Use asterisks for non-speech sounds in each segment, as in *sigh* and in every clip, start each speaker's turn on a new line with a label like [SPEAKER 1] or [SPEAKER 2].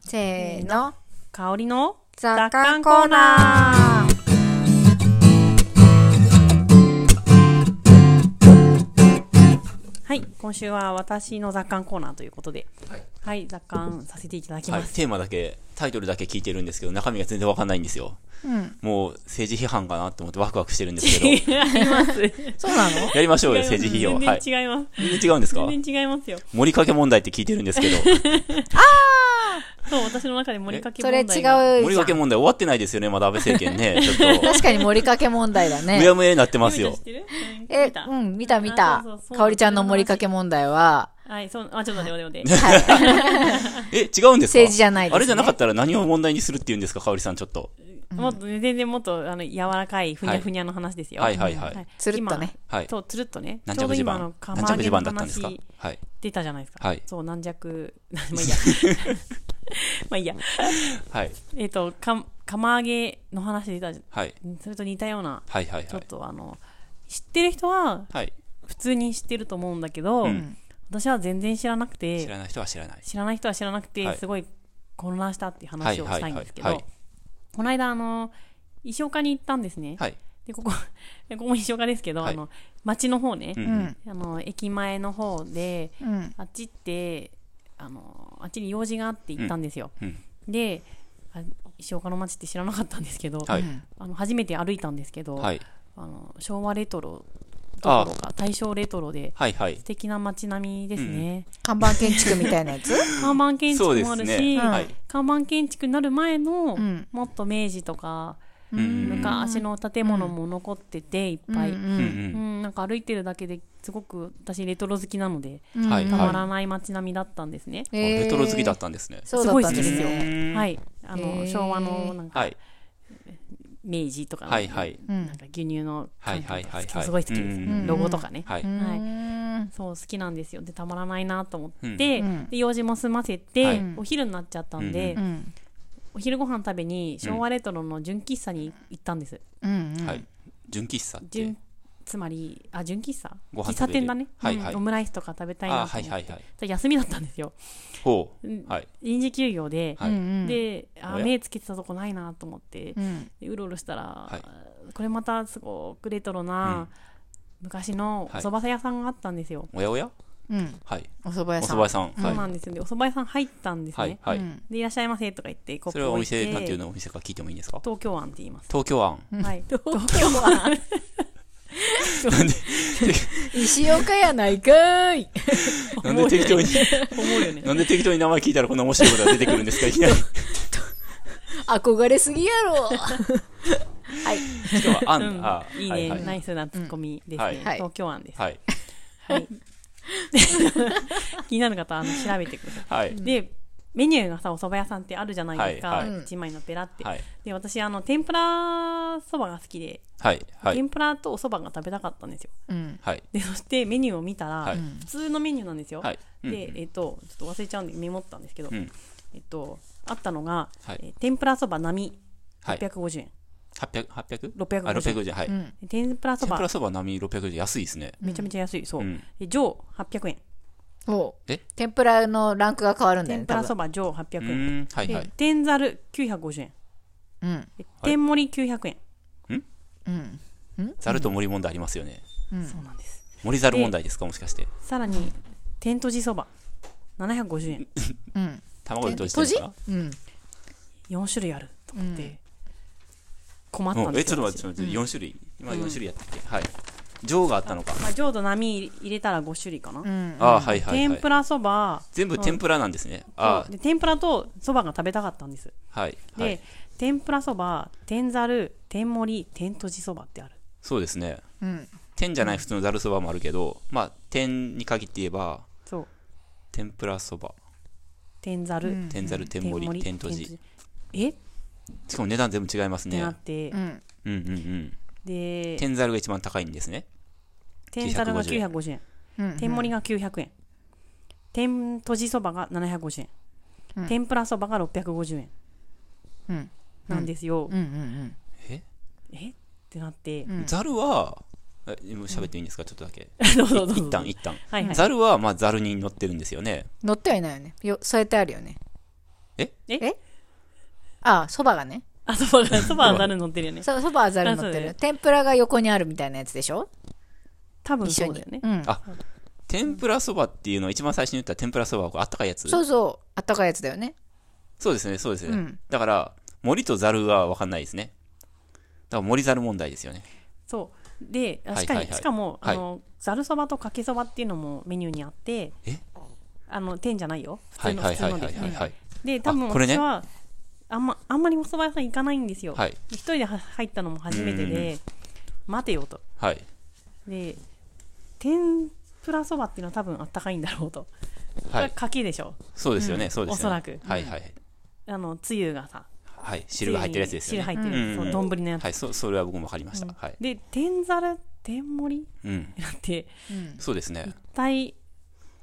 [SPEAKER 1] せーの。
[SPEAKER 2] 香りの
[SPEAKER 1] 雑感コーナー。
[SPEAKER 2] はい今週は私の雑感コーナーということではい、雑感させていただき
[SPEAKER 3] はい、
[SPEAKER 2] ます、
[SPEAKER 3] テーマだけ、タイトルだけ聞いてるんですけど、中身が全然わかんないんですよ。
[SPEAKER 1] うん。
[SPEAKER 3] もう政治批判かなって思ってワクワクしてるんですけど、
[SPEAKER 2] 違います
[SPEAKER 1] そうなの
[SPEAKER 3] やりましょうよ、政治批
[SPEAKER 2] 全
[SPEAKER 3] 判。はい。
[SPEAKER 2] 然違います、
[SPEAKER 3] 全然違うんですか
[SPEAKER 2] 全然違いますよ
[SPEAKER 3] 盛りかけ問題って聞いてるんですけど、
[SPEAKER 2] そう私の中で盛りかけ
[SPEAKER 1] そ
[SPEAKER 2] 問
[SPEAKER 1] れ違
[SPEAKER 2] 題
[SPEAKER 1] う
[SPEAKER 2] が
[SPEAKER 1] じゃん
[SPEAKER 3] 盛りかけ問題終わってないですよね、まだ安倍政権ね。ちょっと、
[SPEAKER 1] 確かに盛りかけ問題
[SPEAKER 2] *laughs*
[SPEAKER 1] だ
[SPEAKER 3] むや
[SPEAKER 1] ね。
[SPEAKER 3] むやになってます
[SPEAKER 2] ゆめちゃん
[SPEAKER 3] よ
[SPEAKER 2] 知っ。てるうん
[SPEAKER 1] えう
[SPEAKER 2] 見た、
[SPEAKER 1] ん、見た見た
[SPEAKER 2] あそうそう。そう
[SPEAKER 1] かおりちゃんの盛りかけ問題
[SPEAKER 2] *laughs*
[SPEAKER 1] は、
[SPEAKER 2] はいそうあちょっと待って待って待って
[SPEAKER 1] は
[SPEAKER 3] え、違うんですか
[SPEAKER 1] 政治じゃないですね
[SPEAKER 3] あれじゃなかったら何を問題にするって言うんですか、香織さん、ちょっと。 *laughs*
[SPEAKER 2] もっとね全然もっとあの柔らかいふにゃふにゃの話ですよ、
[SPEAKER 3] はいはいはいはい。
[SPEAKER 1] つるっとね
[SPEAKER 2] 今
[SPEAKER 3] はい
[SPEAKER 2] そうつるっとね
[SPEAKER 3] 軟
[SPEAKER 2] ちょうど
[SPEAKER 3] 弱地
[SPEAKER 2] 今の
[SPEAKER 3] 盤。
[SPEAKER 2] 釜
[SPEAKER 3] 軟
[SPEAKER 2] 揚げ
[SPEAKER 3] 弱地
[SPEAKER 2] の
[SPEAKER 3] 盤だったんですか
[SPEAKER 2] 話
[SPEAKER 3] はい。
[SPEAKER 2] 出たじゃないですか、
[SPEAKER 3] はい
[SPEAKER 2] そう軟弱 *laughs* まあいいやまあい
[SPEAKER 3] *laughs*
[SPEAKER 2] いや
[SPEAKER 3] はい。
[SPEAKER 2] えっ、とか釜揚げの話出たじゃん
[SPEAKER 3] はい。
[SPEAKER 2] それと似たような
[SPEAKER 3] はいはい
[SPEAKER 2] ち
[SPEAKER 3] は
[SPEAKER 2] ょっ
[SPEAKER 3] い。
[SPEAKER 2] とあの知ってる人は
[SPEAKER 3] はい。
[SPEAKER 2] 普通に知ってると思うんだけど、
[SPEAKER 3] うん
[SPEAKER 2] 私は全然知らなくて
[SPEAKER 3] 知らない人は知らない。
[SPEAKER 2] 知らない人は知らなくて、
[SPEAKER 3] はい
[SPEAKER 2] すごい混乱したっていう話をしたいんですけど、
[SPEAKER 3] はいはいは
[SPEAKER 2] この間あの石岡に行ったんですね、
[SPEAKER 3] はい。
[SPEAKER 2] でここ *laughs* ここも石岡ですけど、
[SPEAKER 3] はい
[SPEAKER 2] あの町の方ね、
[SPEAKER 3] う。
[SPEAKER 1] い。うんん。
[SPEAKER 2] あの駅前の方で
[SPEAKER 1] うん。
[SPEAKER 2] あっちってあのあっちに用事があって行ったんですよ、
[SPEAKER 3] うん
[SPEAKER 2] であ石岡の町って知らなかったんですけど、
[SPEAKER 3] はい。
[SPEAKER 2] あの初めて歩いたんですけど、
[SPEAKER 3] はい。
[SPEAKER 2] あの昭和レトロどころか大正レトロで
[SPEAKER 3] はいはい
[SPEAKER 2] 素。敵な街並みですね、
[SPEAKER 1] 看板建築みたいなやつ
[SPEAKER 2] 看板建築もある
[SPEAKER 3] そうです
[SPEAKER 2] し、
[SPEAKER 3] ね
[SPEAKER 1] はい
[SPEAKER 2] 看板建築になる前の、
[SPEAKER 1] うん。
[SPEAKER 2] もっと明治とか
[SPEAKER 3] うんうんうん
[SPEAKER 2] 昔の建物も残ってていっぱい、うん
[SPEAKER 3] うんん
[SPEAKER 2] なんか歩いてるだけですごく私レトロ好きなので
[SPEAKER 1] うん。
[SPEAKER 3] はい
[SPEAKER 2] たまらない街並みだったんですね、
[SPEAKER 3] うん。あレトロ好きだったんですね。
[SPEAKER 1] そう
[SPEAKER 2] す
[SPEAKER 1] だ
[SPEAKER 2] ご
[SPEAKER 1] っ
[SPEAKER 2] い
[SPEAKER 1] た
[SPEAKER 2] 好
[SPEAKER 1] ん
[SPEAKER 2] き
[SPEAKER 1] で
[SPEAKER 2] ですすよ、
[SPEAKER 1] ね。
[SPEAKER 2] はいあの、
[SPEAKER 1] へー
[SPEAKER 2] 昭和のなんか
[SPEAKER 3] はい。
[SPEAKER 2] 明治とかの、
[SPEAKER 3] はいはい。
[SPEAKER 1] うん。
[SPEAKER 2] なんか牛乳の缶とか
[SPEAKER 3] はいはいはいはい
[SPEAKER 2] 好きすごい好きです、
[SPEAKER 3] うん
[SPEAKER 2] ロゴとかね、
[SPEAKER 3] はいう
[SPEAKER 1] ーん
[SPEAKER 2] そう好きなんですよでたまらないなと思って、
[SPEAKER 3] うん
[SPEAKER 2] で
[SPEAKER 1] うん
[SPEAKER 2] 用事も済ませて、
[SPEAKER 3] はい
[SPEAKER 2] お昼になっちゃったんで、
[SPEAKER 3] うん
[SPEAKER 1] うん。
[SPEAKER 2] お昼ご飯食べに昭和レトロの純喫茶に行ったんです、
[SPEAKER 1] うん。うん
[SPEAKER 3] はい。。純喫茶って
[SPEAKER 2] 純。つまりあ純喫茶
[SPEAKER 3] ご飯
[SPEAKER 2] 喫
[SPEAKER 3] 食
[SPEAKER 2] 茶
[SPEAKER 3] べれる
[SPEAKER 2] 店だね、
[SPEAKER 3] はいはい
[SPEAKER 2] うんオムライスとか食べたいなと
[SPEAKER 3] あ
[SPEAKER 2] 思って
[SPEAKER 3] はいはいはい。
[SPEAKER 2] で休みだったんですよ
[SPEAKER 3] ほ
[SPEAKER 2] う
[SPEAKER 3] う
[SPEAKER 2] ん。
[SPEAKER 3] はい。
[SPEAKER 2] 臨時休業で、
[SPEAKER 3] はい。
[SPEAKER 1] うん。
[SPEAKER 2] であ
[SPEAKER 3] おや
[SPEAKER 2] 目つけてたとこないなと思って
[SPEAKER 1] う、ん。
[SPEAKER 2] でうろうろしたら、
[SPEAKER 3] は
[SPEAKER 2] これまたすごくレトロな、昔のお
[SPEAKER 3] はい
[SPEAKER 2] 蕎麦屋さんがあったんですよ、
[SPEAKER 3] おやおや
[SPEAKER 1] うん。
[SPEAKER 3] はい。
[SPEAKER 1] お蕎麦
[SPEAKER 3] お
[SPEAKER 1] 屋
[SPEAKER 3] 蕎
[SPEAKER 1] さん。
[SPEAKER 3] 麦屋さん。
[SPEAKER 2] そうな
[SPEAKER 3] はい。
[SPEAKER 2] んですよでお蕎麦屋さん入ったんですね、
[SPEAKER 3] はい。はい。
[SPEAKER 1] うん
[SPEAKER 2] でいらっしゃいませとか言ってコッ
[SPEAKER 3] そ
[SPEAKER 2] プ
[SPEAKER 3] れはお
[SPEAKER 2] 置いて
[SPEAKER 3] 店、なんていうのお店か聞いてもいいんですか
[SPEAKER 2] 東京湾って言います、
[SPEAKER 3] 東京
[SPEAKER 2] *laughs*
[SPEAKER 3] 湾。
[SPEAKER 2] はい東京湾
[SPEAKER 1] 石岡やないかーい。
[SPEAKER 3] なんで適
[SPEAKER 2] *laughs*
[SPEAKER 3] 当に、
[SPEAKER 2] 思うよね
[SPEAKER 3] なんで適当に名前聞いたらこんな面白いことが出てくるんですかいきなり。
[SPEAKER 1] 憧れすぎやろ。はい。
[SPEAKER 3] 今日はあ
[SPEAKER 2] うん
[SPEAKER 3] んだ。あ
[SPEAKER 2] いいね、
[SPEAKER 3] はいはい
[SPEAKER 2] ナイスなツッコミですね、
[SPEAKER 3] うん
[SPEAKER 1] はい
[SPEAKER 2] 東京湾です、
[SPEAKER 3] はい。
[SPEAKER 2] はい *laughs* 気になる方はあの調べてくださ
[SPEAKER 3] はい
[SPEAKER 2] い。でメニューがさお蕎麦屋さんってあるじゃないです
[SPEAKER 3] は
[SPEAKER 2] か、
[SPEAKER 3] い
[SPEAKER 2] 一
[SPEAKER 3] は
[SPEAKER 2] 枚のペラって、
[SPEAKER 3] はい。
[SPEAKER 2] で私あの天ぷらそばが好きで、
[SPEAKER 3] はい。はい。
[SPEAKER 2] 天ぷらとお蕎麦が食べたかったんですよ
[SPEAKER 1] うん。
[SPEAKER 3] はい。
[SPEAKER 2] でそしてメニューを見たら、
[SPEAKER 3] はい
[SPEAKER 2] 普通のメニューなんですよ、
[SPEAKER 3] はい。うん
[SPEAKER 2] で、えっとちょっと忘れちゃうんでメモったんですけど、
[SPEAKER 3] うん
[SPEAKER 2] えっとあったのが、
[SPEAKER 3] はい
[SPEAKER 2] えー天ぷらそば並
[SPEAKER 3] はい。
[SPEAKER 2] 850円、
[SPEAKER 3] 800、800?
[SPEAKER 2] 650
[SPEAKER 3] あ、650円。はい。
[SPEAKER 1] うん。
[SPEAKER 2] で天ぷらそ
[SPEAKER 3] 天ぷ
[SPEAKER 2] ば
[SPEAKER 3] らそば並650円。安いですね。
[SPEAKER 2] めちゃめちゃ安い、そう、
[SPEAKER 3] うん
[SPEAKER 2] で上800円
[SPEAKER 1] お
[SPEAKER 3] え
[SPEAKER 1] 天ぷらのランクが変わるんだよ
[SPEAKER 2] 天
[SPEAKER 1] ね。
[SPEAKER 2] ぷらそ
[SPEAKER 1] ば。
[SPEAKER 2] ば上800
[SPEAKER 3] う
[SPEAKER 2] 円、
[SPEAKER 3] ーん。はいは
[SPEAKER 2] で
[SPEAKER 3] い。
[SPEAKER 2] 天ざる950円
[SPEAKER 1] うん。
[SPEAKER 2] で天盛り900円、
[SPEAKER 1] うん。
[SPEAKER 3] ざると森問題ありますよね。
[SPEAKER 2] そうなんです
[SPEAKER 3] 森ざる問題ですかもしかして。
[SPEAKER 2] さらに天とじそば750円
[SPEAKER 1] うん。
[SPEAKER 3] 卵で閉じてるのか
[SPEAKER 1] うん。
[SPEAKER 2] 4種類あると思って、困った
[SPEAKER 3] なうんん
[SPEAKER 2] で
[SPEAKER 3] え、
[SPEAKER 2] す
[SPEAKER 3] ちょ
[SPEAKER 2] よ
[SPEAKER 3] っと待って、ちょっと待って、4種類。今4種類やったっけはい。上があったのか。
[SPEAKER 2] まあ、上と波入れたら5種類かな、
[SPEAKER 1] うん。
[SPEAKER 3] あー、はいはいは
[SPEAKER 2] 天
[SPEAKER 3] い
[SPEAKER 2] ぷ。らそば
[SPEAKER 3] 全部天ぷらなんですね。あ
[SPEAKER 2] そうで天ぷらとそばが食べたかったんです
[SPEAKER 3] ー、はい。
[SPEAKER 2] で、
[SPEAKER 3] はい。
[SPEAKER 2] 天ぷらそば天ざる天盛り天とじそばってある
[SPEAKER 3] そうですね。
[SPEAKER 1] うん。
[SPEAKER 3] 天じゃない普通のざるそばもあるけど、まあ、天に限って言えば、
[SPEAKER 2] そう
[SPEAKER 3] 天ぷらそば、
[SPEAKER 2] 天ざる、
[SPEAKER 3] 天ざる、天盛り、天とじ。
[SPEAKER 2] えっっ
[SPEAKER 3] しかも値段全部違います
[SPEAKER 2] て
[SPEAKER 3] ね。
[SPEAKER 2] なって、
[SPEAKER 1] うん。
[SPEAKER 3] うんうんうん。
[SPEAKER 2] で
[SPEAKER 3] 天ざるが一番高いんですね。
[SPEAKER 2] 天ざるが
[SPEAKER 3] 950
[SPEAKER 2] 950円
[SPEAKER 1] うん。
[SPEAKER 2] 天盛りが900円天とじそばが750
[SPEAKER 1] うん
[SPEAKER 2] 円、天ぷらそばが650円
[SPEAKER 1] うん。
[SPEAKER 2] なんですよ、
[SPEAKER 1] うん。うん。
[SPEAKER 3] え
[SPEAKER 2] えってなって、
[SPEAKER 1] ん
[SPEAKER 3] ざるは、え今喋っていいんですかちょっとだけ。
[SPEAKER 2] *laughs* どうぞどうぞ
[SPEAKER 3] 一旦、一旦。
[SPEAKER 2] はいはい
[SPEAKER 3] ざるは、まあ、ざるに乗ってるんですよね。
[SPEAKER 1] 乗ってはいないよね。よ、添えてあるよね。
[SPEAKER 3] え
[SPEAKER 2] え
[SPEAKER 1] ああ、そばがね。
[SPEAKER 2] あ、そば
[SPEAKER 3] *laughs*
[SPEAKER 2] が、そばはざる乗ってるよね。
[SPEAKER 1] そそばはざる乗っ
[SPEAKER 2] あ
[SPEAKER 1] て
[SPEAKER 2] そうだ
[SPEAKER 1] る。
[SPEAKER 2] よ
[SPEAKER 1] 天ぷらが横にあるみたいなやつでしょ
[SPEAKER 2] 多分
[SPEAKER 1] 一緒
[SPEAKER 2] そう
[SPEAKER 1] に。
[SPEAKER 2] だよね。
[SPEAKER 1] うん。
[SPEAKER 3] あ天ぷらそばっていうのは一番最初に言った天ぷらそばはこうあったかいやつ
[SPEAKER 1] そうそう。あったかいやつだよね。
[SPEAKER 3] そうですね、そうです
[SPEAKER 1] う
[SPEAKER 3] ね。
[SPEAKER 1] ん
[SPEAKER 3] だから、森とザルは分かんないですね。だから森ザル問題ですよね。
[SPEAKER 2] そう。で、確かに、
[SPEAKER 3] はいはいはい
[SPEAKER 2] しかも、
[SPEAKER 3] はい
[SPEAKER 2] あの、ざるそばとかけそばっていうのもメニューにあって、
[SPEAKER 3] え
[SPEAKER 2] あの、天じゃないよ。普
[SPEAKER 3] は
[SPEAKER 2] 通
[SPEAKER 3] い
[SPEAKER 2] の、
[SPEAKER 3] はいはいはい
[SPEAKER 2] 普
[SPEAKER 3] は
[SPEAKER 2] 通の
[SPEAKER 3] い
[SPEAKER 2] で。
[SPEAKER 3] はい。
[SPEAKER 2] で、多分
[SPEAKER 3] あこれね
[SPEAKER 2] 私は、あんま、あんまりお蕎麦屋さん行かないんですよ。
[SPEAKER 3] はい
[SPEAKER 2] 一人では入ったのも初めてで、待てよと。
[SPEAKER 3] はい。
[SPEAKER 2] で、天ぷらそばっていうのは多分あったかいんだろうと。こ
[SPEAKER 3] は。
[SPEAKER 2] れはいかけでしょ。
[SPEAKER 3] そうですよね、そうですよね。
[SPEAKER 2] おそらく
[SPEAKER 3] はいはい。
[SPEAKER 2] あの、つゆがさ、
[SPEAKER 3] はい。汁が入ってるやつですよね。
[SPEAKER 2] 汁入ってる、
[SPEAKER 3] うん
[SPEAKER 2] そう、丼のやつ。
[SPEAKER 3] はい、そそれは僕も分かりました。はい。
[SPEAKER 2] で、天ざる、天盛り
[SPEAKER 3] うん。
[SPEAKER 2] なんて、
[SPEAKER 1] うん。
[SPEAKER 3] そうですね
[SPEAKER 2] 一。体、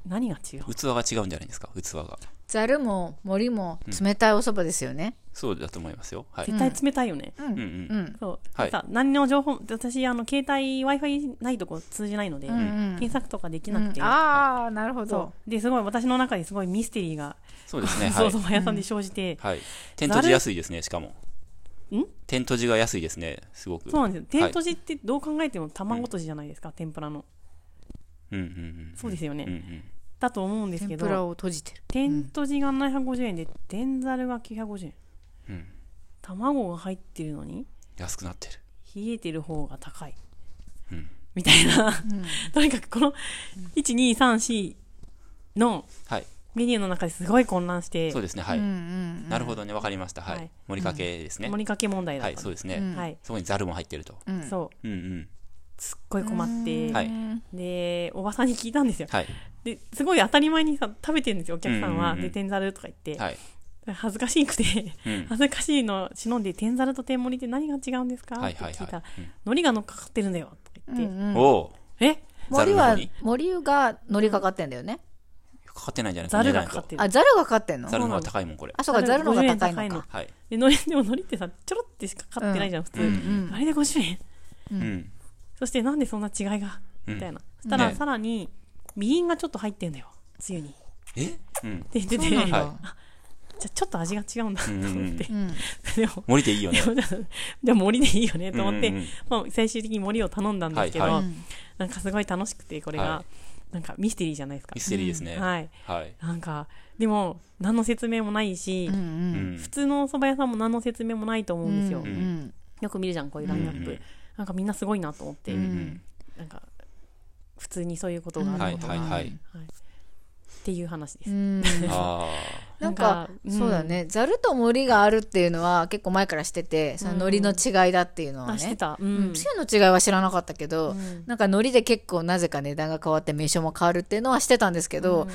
[SPEAKER 2] 何が違う
[SPEAKER 3] 器が違うんじゃないですか、器が。
[SPEAKER 1] ざるも森も冷たいお蕎麦ですよね。
[SPEAKER 3] そうだと思いますよ。はい。
[SPEAKER 2] 絶対冷たいよね。
[SPEAKER 3] うんうん
[SPEAKER 1] う。ん。
[SPEAKER 2] そう。
[SPEAKER 3] はい
[SPEAKER 2] さ、何の情報、私、あの、携帯、Wi-Fi ないとこ通じないので、
[SPEAKER 1] うんうん
[SPEAKER 2] 検索とかでき
[SPEAKER 1] う
[SPEAKER 2] なく
[SPEAKER 1] ん
[SPEAKER 2] て。
[SPEAKER 1] ああ、なるほ
[SPEAKER 2] そ
[SPEAKER 1] ど。
[SPEAKER 2] う。で、すごい、私の中ですごいミステリーが、
[SPEAKER 3] そうですね、は
[SPEAKER 2] そう
[SPEAKER 3] い
[SPEAKER 2] そ。ば屋さんで生じて、
[SPEAKER 3] はい。点閉じやすいですね、しかも。
[SPEAKER 2] ん
[SPEAKER 3] 点閉じが安いですね、すごく。
[SPEAKER 2] そうなんですよ。天と
[SPEAKER 3] はい
[SPEAKER 2] じってどう考えても卵とじじゃないですか、天ぷらの。
[SPEAKER 3] うんうん
[SPEAKER 2] そうですよね。
[SPEAKER 3] うん。うんうん。
[SPEAKER 2] だと思うんですけ
[SPEAKER 1] 天ぷら
[SPEAKER 2] ど、
[SPEAKER 1] を閉じてる。
[SPEAKER 2] 天とじが750円で、天ざるが950円。
[SPEAKER 3] うん
[SPEAKER 2] 卵が入ってるのに、
[SPEAKER 3] 安くなってる。
[SPEAKER 2] 冷えてる方が高い。
[SPEAKER 3] うん
[SPEAKER 2] みたいな、とにかくこの、1、2、3、4の
[SPEAKER 3] はい。
[SPEAKER 2] メニューの中ですごい混乱して、
[SPEAKER 3] そうですね、はい。
[SPEAKER 1] うんうん。
[SPEAKER 3] なるほどね、わかりました。は
[SPEAKER 2] はいい。
[SPEAKER 3] 盛りかけですね
[SPEAKER 2] 盛。りかけ問題だ
[SPEAKER 3] は
[SPEAKER 2] っ
[SPEAKER 3] い、
[SPEAKER 2] た
[SPEAKER 3] そ
[SPEAKER 2] の
[SPEAKER 3] うですね。
[SPEAKER 2] はい、
[SPEAKER 3] そこにザルも入ってると。
[SPEAKER 1] うん
[SPEAKER 2] そう
[SPEAKER 3] うんうん。
[SPEAKER 2] すっごい困って、
[SPEAKER 3] はい。
[SPEAKER 2] でおばさんに聞いたんですよ
[SPEAKER 3] はい。
[SPEAKER 2] ですごい当たり前にさ食べてるんですよお客さんは、
[SPEAKER 3] うんうんうん
[SPEAKER 2] で天ざるとか言って、
[SPEAKER 3] はい。
[SPEAKER 2] 恥ずかしくて
[SPEAKER 3] う
[SPEAKER 2] *laughs*
[SPEAKER 3] ん。
[SPEAKER 2] 恥ずかしいの忍んで天ざると天盛りって何が違うんですか、
[SPEAKER 3] はいはい
[SPEAKER 2] って聞いた
[SPEAKER 3] は
[SPEAKER 2] ら海苔が乗っかかってるんだよとか
[SPEAKER 1] う
[SPEAKER 2] 言って、
[SPEAKER 1] んうん。
[SPEAKER 3] おお。
[SPEAKER 2] え
[SPEAKER 3] ザ
[SPEAKER 1] 森
[SPEAKER 3] ルの方
[SPEAKER 1] は
[SPEAKER 3] に、
[SPEAKER 1] 森が乗りかかってんだよね。
[SPEAKER 3] かかってないんじゃないです
[SPEAKER 2] ざ
[SPEAKER 3] か。
[SPEAKER 2] るがかかって
[SPEAKER 3] る。
[SPEAKER 2] る
[SPEAKER 1] あ、ざるがかかってんの
[SPEAKER 3] ザルの方が高いもん、これ。
[SPEAKER 1] あ、そうか、ざ
[SPEAKER 2] ざ
[SPEAKER 1] る
[SPEAKER 2] る
[SPEAKER 1] の
[SPEAKER 2] の
[SPEAKER 1] 方が
[SPEAKER 2] 方が
[SPEAKER 1] 高い
[SPEAKER 2] 50円
[SPEAKER 1] のか。
[SPEAKER 3] はい。
[SPEAKER 2] で海 *laughs* 苔でも海苔ってさちょろってしかかかってないじゃん、普通、
[SPEAKER 3] うん
[SPEAKER 2] あれで50円
[SPEAKER 3] うん。
[SPEAKER 2] そしてなんでそんな違いが
[SPEAKER 3] うん
[SPEAKER 2] みたいな、そしたら、
[SPEAKER 3] ね
[SPEAKER 2] さらにみりんがちょっと入ってんだよつゆにっ
[SPEAKER 3] えうん。
[SPEAKER 2] て言ってて
[SPEAKER 1] そうなん
[SPEAKER 3] は
[SPEAKER 1] だ
[SPEAKER 3] い
[SPEAKER 2] じゃあちょっと味が違うんだと思って、
[SPEAKER 3] うんうん
[SPEAKER 1] うん。
[SPEAKER 2] でも、
[SPEAKER 3] 森でいいよね。
[SPEAKER 2] *laughs* でも森でいいよねと思って、
[SPEAKER 3] うんうんうん
[SPEAKER 2] まあ、最終的に森を頼んだんですけど、
[SPEAKER 3] はいは
[SPEAKER 2] なんかすごい楽しくてこれが、
[SPEAKER 3] は
[SPEAKER 2] なんかミステリーじゃないですか
[SPEAKER 3] ミ。ステリーですね。
[SPEAKER 2] はい、
[SPEAKER 3] はい。
[SPEAKER 2] なんかでも何の説明もないし、
[SPEAKER 1] うんう。
[SPEAKER 3] うんん
[SPEAKER 2] 普通のお蕎麦屋さんも何の説明もないと思うんですよ、
[SPEAKER 1] うんん。
[SPEAKER 2] よく見るじゃんこういうラインナップ、
[SPEAKER 3] うん
[SPEAKER 2] なんかみんなすごいなと思って、
[SPEAKER 3] うんうん。
[SPEAKER 2] なんか普通にそういうことがあ
[SPEAKER 3] は
[SPEAKER 2] る
[SPEAKER 3] い
[SPEAKER 2] ことが、
[SPEAKER 3] はい
[SPEAKER 2] はい
[SPEAKER 3] はい。
[SPEAKER 2] っていう話です、
[SPEAKER 1] うん
[SPEAKER 3] あ
[SPEAKER 1] なんか、そうだ、ね、ざると森があるっていうのは結構前からしてて、その海苔の違いだっていうの
[SPEAKER 2] う
[SPEAKER 1] は
[SPEAKER 2] あして
[SPEAKER 1] ね。
[SPEAKER 2] た、う
[SPEAKER 1] うんん、つゆの違いは知らなかったけど、
[SPEAKER 2] ん
[SPEAKER 1] なんか海苔で結構なぜか値段が変わって名称も変わるっていうのはしてたんですけど、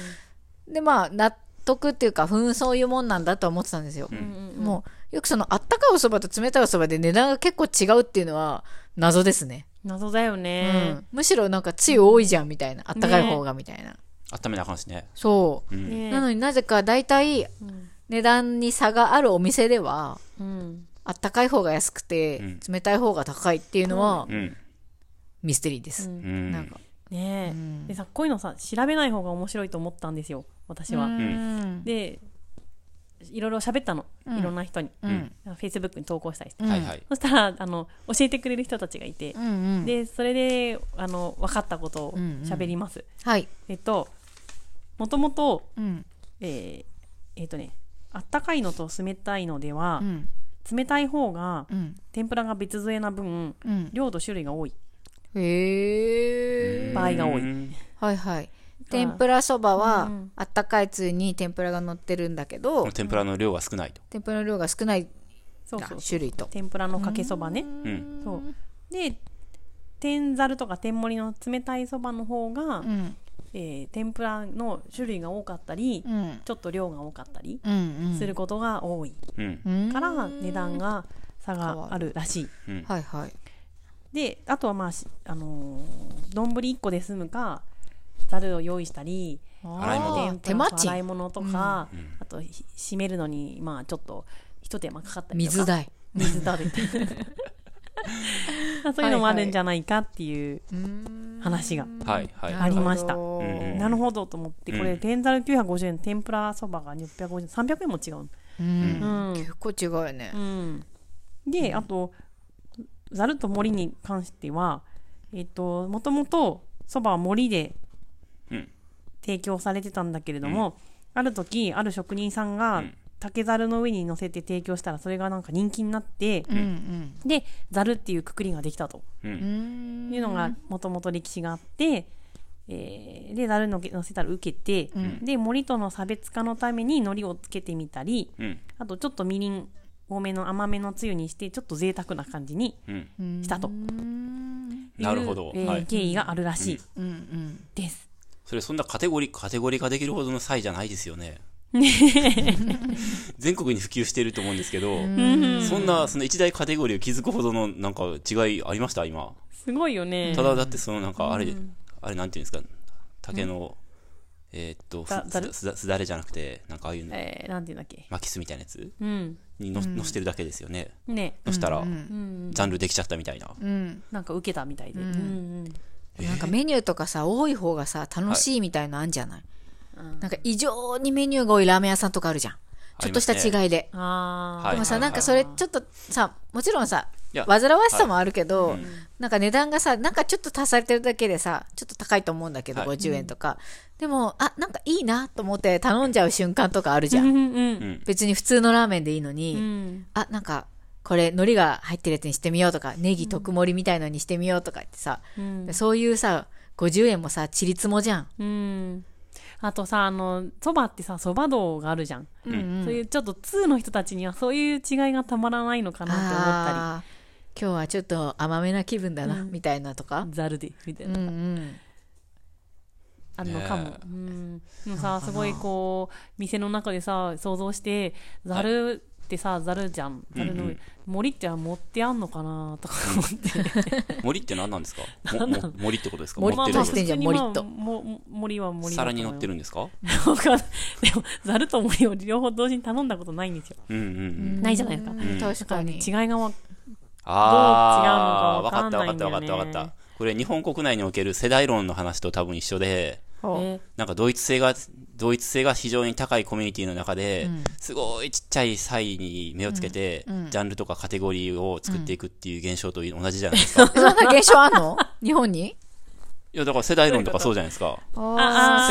[SPEAKER 1] でまあ納得っていうか、ふーん、そういうもんなんだとは思ってたんですよ。
[SPEAKER 2] うんうんうん
[SPEAKER 1] もう、よくそのあったかいお蕎麦と冷たいお蕎麦で値段が結構違うっていうのは謎ですね。
[SPEAKER 2] 謎だよね、
[SPEAKER 1] うん、むしろなんかつゆ多いじゃんみたいな、あったかい方がみたいな。
[SPEAKER 3] あ。温めなあかんしね。
[SPEAKER 1] そう
[SPEAKER 2] ね
[SPEAKER 3] ん。
[SPEAKER 1] う。なのになぜか大体
[SPEAKER 2] ん
[SPEAKER 1] 値段に差があるお店では、
[SPEAKER 2] うん、
[SPEAKER 1] あったかい方が安くて、
[SPEAKER 3] うん
[SPEAKER 1] 冷たい方が高いっていうのは
[SPEAKER 3] うん。
[SPEAKER 1] ミステリーです。
[SPEAKER 3] う
[SPEAKER 1] なん
[SPEAKER 3] ん
[SPEAKER 1] か。
[SPEAKER 2] ねえ、でさこういうのさ調べない方が面白いと思ったんですよ私は、
[SPEAKER 1] うん。
[SPEAKER 2] でいろいろ喋ったのいろんな人に、
[SPEAKER 1] うん。
[SPEAKER 2] フェイスブックに投稿したりして、
[SPEAKER 3] はいはい。
[SPEAKER 2] そしたらあの教えてくれる人たちがいて
[SPEAKER 1] う、んうん。
[SPEAKER 2] でそれであの分かったことを喋ります、
[SPEAKER 1] はい。
[SPEAKER 2] えっともともと
[SPEAKER 1] うん。
[SPEAKER 2] えーえっとねあったかいのと冷たいのでは
[SPEAKER 1] う、ん。
[SPEAKER 2] 冷たい方が
[SPEAKER 1] うん。
[SPEAKER 2] 天ぷらが別添えな分
[SPEAKER 1] うん。
[SPEAKER 2] 量と種類が多い
[SPEAKER 1] へえ。
[SPEAKER 2] 場合が多い、
[SPEAKER 3] うん
[SPEAKER 1] はいはい。天ぷらそば
[SPEAKER 2] う
[SPEAKER 1] は
[SPEAKER 2] ん
[SPEAKER 1] あったかいつゆに天ぷらが乗ってるんだけど、
[SPEAKER 3] 天ぷらの量が少ないと。
[SPEAKER 1] 天ぷらの量が少ない
[SPEAKER 2] そうそう
[SPEAKER 1] 種類と。
[SPEAKER 2] 天ぷらのかけそばね、
[SPEAKER 3] うん。
[SPEAKER 2] そうで天ざるとか天盛りの冷たいそばの方が、
[SPEAKER 1] うん。
[SPEAKER 2] えー天ぷらの種類が多かったり、
[SPEAKER 1] うん。
[SPEAKER 2] ちょっと量が多かったり
[SPEAKER 1] うんうん。
[SPEAKER 2] することが多い
[SPEAKER 3] うん。
[SPEAKER 1] うん。
[SPEAKER 2] か
[SPEAKER 1] は
[SPEAKER 2] ら値段が差があるらしい。
[SPEAKER 3] うん。
[SPEAKER 1] いはい。
[SPEAKER 2] であとはまあし、あのー、丼1個で済むかざるを用意したり
[SPEAKER 3] 洗い物
[SPEAKER 1] あー
[SPEAKER 2] 天
[SPEAKER 1] 手
[SPEAKER 2] ぷら
[SPEAKER 1] 間
[SPEAKER 2] と
[SPEAKER 1] 賃
[SPEAKER 2] 洗い物とか、
[SPEAKER 3] ん
[SPEAKER 2] あとひ締めるのにまあちょっとひと手間かかったりとか
[SPEAKER 1] 水代。
[SPEAKER 2] 水だみたい *laughs* なそういうのもあるんじゃないかっていう話が
[SPEAKER 3] はいはい。
[SPEAKER 2] ありました。
[SPEAKER 1] うん
[SPEAKER 3] うん
[SPEAKER 2] なるほどと思って、こ
[SPEAKER 3] う
[SPEAKER 2] れ、
[SPEAKER 3] ん
[SPEAKER 2] 天ざる950円、天ぷらそばが650円、300円も違う。
[SPEAKER 1] うん
[SPEAKER 2] うん
[SPEAKER 1] 結構違うよね
[SPEAKER 2] う。ん、で、あとざると森に関してはえっ、ともともとそばは森で
[SPEAKER 3] うん
[SPEAKER 2] 提供されてたんだけれども、ある時ある職人さんが
[SPEAKER 3] うん
[SPEAKER 2] 竹ざるの上に乗せて提供したらそれがなんか人気になって、
[SPEAKER 1] うんうん。
[SPEAKER 2] でざるっていうくくりができたと
[SPEAKER 3] う
[SPEAKER 1] うんん
[SPEAKER 2] いうのがもともと歴史があって、えーでざるの乗せたら受けて、
[SPEAKER 1] うん
[SPEAKER 2] で森との差別化のために海苔をつけてみたり、
[SPEAKER 3] うん
[SPEAKER 2] あとちょっとみりん多めの甘めのつゆにしてちょっと贅沢な感じに
[SPEAKER 3] うん
[SPEAKER 2] したと
[SPEAKER 1] うん
[SPEAKER 2] いう
[SPEAKER 3] なるほど
[SPEAKER 2] えー
[SPEAKER 3] はい
[SPEAKER 2] 経緯があるらしい
[SPEAKER 1] うんうん。
[SPEAKER 2] です。
[SPEAKER 3] それそんなカテゴリーカテゴリー化できるほどの際じゃないですよね全国に普及してると思うんですけど、そんなその一大カテゴリーを築くほどのなんか違いありました今
[SPEAKER 2] すごいよね
[SPEAKER 3] ただだってそのなんかあれ、あれなんていうんですか竹の、えーっと
[SPEAKER 2] ざざる
[SPEAKER 3] すすだすだれじゃなくてなんかああいうの
[SPEAKER 2] えー、なんていうんだっけ。
[SPEAKER 3] 巻きすみたいなやつ
[SPEAKER 2] うん。
[SPEAKER 3] にの,、のしてるだけですよね
[SPEAKER 2] ね。
[SPEAKER 3] のしたら、
[SPEAKER 2] うん。
[SPEAKER 3] ジャンルできちゃったみたいな、
[SPEAKER 1] うん。
[SPEAKER 2] なんか受けたみたいで。うん。
[SPEAKER 1] なんかメニューとかさ、多い方がさ、楽しいみたいのあんじゃない、
[SPEAKER 2] うん
[SPEAKER 1] なんか異常にメニューが多いラーメン屋さんとかあるじゃん。
[SPEAKER 3] あ
[SPEAKER 1] ちょ
[SPEAKER 3] り
[SPEAKER 1] っと
[SPEAKER 3] ま
[SPEAKER 1] し
[SPEAKER 3] す
[SPEAKER 1] た
[SPEAKER 3] ね
[SPEAKER 1] 違いで。
[SPEAKER 2] ああ。
[SPEAKER 3] はい
[SPEAKER 1] でもさ、
[SPEAKER 3] はい
[SPEAKER 1] なんかそれちょっとさ、もちろんさ、
[SPEAKER 3] いや
[SPEAKER 1] 煩わしさもあるけど、なんか値段がさ、なんかちょっと足されてるだけでさ、ちょっと高いと思うんだけど、
[SPEAKER 3] はい
[SPEAKER 1] 50円とか。でも、あ、なんかいいなと思って頼んじゃう瞬間とかあるじゃ。
[SPEAKER 2] うんんう。
[SPEAKER 3] うんん
[SPEAKER 1] 別に普通のラーメンでいいの
[SPEAKER 2] う
[SPEAKER 1] に、
[SPEAKER 2] ん。
[SPEAKER 1] あ、なんか、これ海苔が入ってるやつにしてみようとか、ネギ特盛りみたいのにしてみようとかってさ、
[SPEAKER 2] うん。
[SPEAKER 1] そういうさ、50円もさ、ちりつもじゃん。
[SPEAKER 2] うん。あとさ、あの、そばってさ、そば道があるじゃん。
[SPEAKER 3] うん
[SPEAKER 2] そういうちょっと通の人たちにはそういう違いがたまらないのかなって思った
[SPEAKER 1] あー今日はちょっと甘めな気分だな、みたいなとか
[SPEAKER 2] り。。ざるで、みたい
[SPEAKER 1] うん
[SPEAKER 2] な。
[SPEAKER 1] うん。
[SPEAKER 2] あるのかも
[SPEAKER 3] ね。え
[SPEAKER 2] うん、でもさ、すごいこう、店の中でさ、想像して、ざるってさ、ざるじゃん。ざるの上、森っては持ってあんのかなとか思って。
[SPEAKER 3] 森って何な
[SPEAKER 2] *laughs*
[SPEAKER 3] んですかもも森ってことですか
[SPEAKER 1] 森
[SPEAKER 3] 持って
[SPEAKER 1] ま
[SPEAKER 3] る
[SPEAKER 1] あまあ
[SPEAKER 3] こ
[SPEAKER 1] してんじゃん
[SPEAKER 2] 普通にまあ
[SPEAKER 1] 森と
[SPEAKER 2] もも森は
[SPEAKER 3] と
[SPEAKER 2] 森だと思
[SPEAKER 3] 皿
[SPEAKER 2] う
[SPEAKER 3] に
[SPEAKER 2] よ
[SPEAKER 3] 乗ってるんですか
[SPEAKER 2] わかんないでも、ざると森を両方同時に頼んだことないんですよ。
[SPEAKER 3] うんうんうん
[SPEAKER 2] ないじゃないですか。
[SPEAKER 1] うん確かに。
[SPEAKER 2] 違いがわ、どう違う
[SPEAKER 3] ああ
[SPEAKER 2] のかわかんないんだよね
[SPEAKER 3] わかったわかったわかったこれ日本国内における世代論の話と多分一緒で
[SPEAKER 2] え
[SPEAKER 3] なんか同一性が同一性が非常に高いコミュニティの中で、すごいちっちゃい際に目をつけて、ジャンルとかカテゴリーを作っていくっていう現象と同じじゃないです
[SPEAKER 2] *laughs*
[SPEAKER 3] か、い
[SPEAKER 1] そんな現象あんの *laughs* 日本に
[SPEAKER 3] やだから世代論とかそうじゃないですか
[SPEAKER 2] あ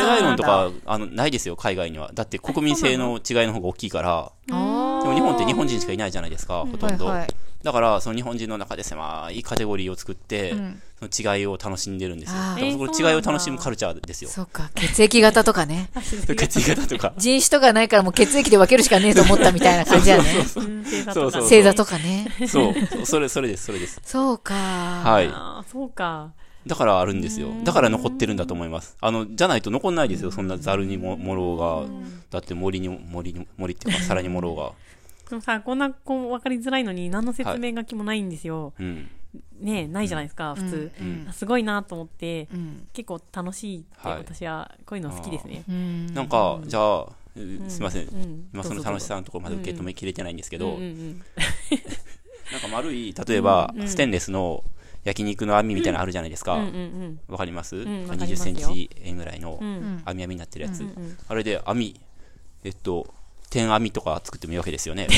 [SPEAKER 2] ー
[SPEAKER 3] 世代論とかあのないですよ海外にはだって国民性の違いの方が大きいから
[SPEAKER 1] あー
[SPEAKER 3] でも日本って日本人しかいないじゃないですか、ほとんど、
[SPEAKER 1] はいはい
[SPEAKER 3] だからその日本人の中で狭いカテゴリーを作って、その違いを楽しんでるんですよ
[SPEAKER 1] あー
[SPEAKER 3] だからそこ
[SPEAKER 2] えー
[SPEAKER 3] の
[SPEAKER 2] そうな
[SPEAKER 3] 違
[SPEAKER 2] ん
[SPEAKER 3] い
[SPEAKER 2] だ
[SPEAKER 3] を楽しむカルチャーですよ
[SPEAKER 1] そうか、血液型とかね。
[SPEAKER 3] 血液型
[SPEAKER 1] *laughs*
[SPEAKER 3] とか
[SPEAKER 1] 人種とかないからもう血液で分けるしかねえと思ったみたいな感じやね。
[SPEAKER 2] うん星座
[SPEAKER 3] そう
[SPEAKER 2] とか
[SPEAKER 3] そう
[SPEAKER 1] 星座とかね。
[SPEAKER 3] そうそそれそれですそれです
[SPEAKER 1] そうか。
[SPEAKER 3] はい
[SPEAKER 2] あーそうか。
[SPEAKER 3] だからあるんですよだから残ってるんだと思いますあのじゃないと残んないですよそんなざるにももろうがだって森にも森にも森っていうか皿にもろうが
[SPEAKER 2] でもさ、こんな、こう、わかりづらいのに、何の説明書きもないんですよ。
[SPEAKER 3] うん
[SPEAKER 2] ねないじゃないですか、普通、あすごいなと思って、
[SPEAKER 1] ん
[SPEAKER 2] 結構楽しいって、
[SPEAKER 3] はい
[SPEAKER 2] 私はこういうの好きですね。
[SPEAKER 1] うん。
[SPEAKER 3] なんかじゃあえすいませ
[SPEAKER 2] うんん
[SPEAKER 3] 今その楽しさのところまで受け止めきれてないんですけ
[SPEAKER 2] どう
[SPEAKER 3] ど、
[SPEAKER 2] ぞうんうん
[SPEAKER 3] なんか丸い、例えば、ステンレスの焼肉の網みたいなのあるじゃないですか。
[SPEAKER 2] うんう
[SPEAKER 3] わ、
[SPEAKER 2] ん
[SPEAKER 3] かります、
[SPEAKER 2] んわかり
[SPEAKER 3] 20
[SPEAKER 2] ます
[SPEAKER 3] セン
[SPEAKER 2] よ
[SPEAKER 3] チ円ぐらいの
[SPEAKER 2] うんうん
[SPEAKER 3] 網網になってるやつ。
[SPEAKER 2] うんうん
[SPEAKER 3] あれで網、えっと、天網とか作ってもいいわけです
[SPEAKER 2] *laughs*
[SPEAKER 3] よね。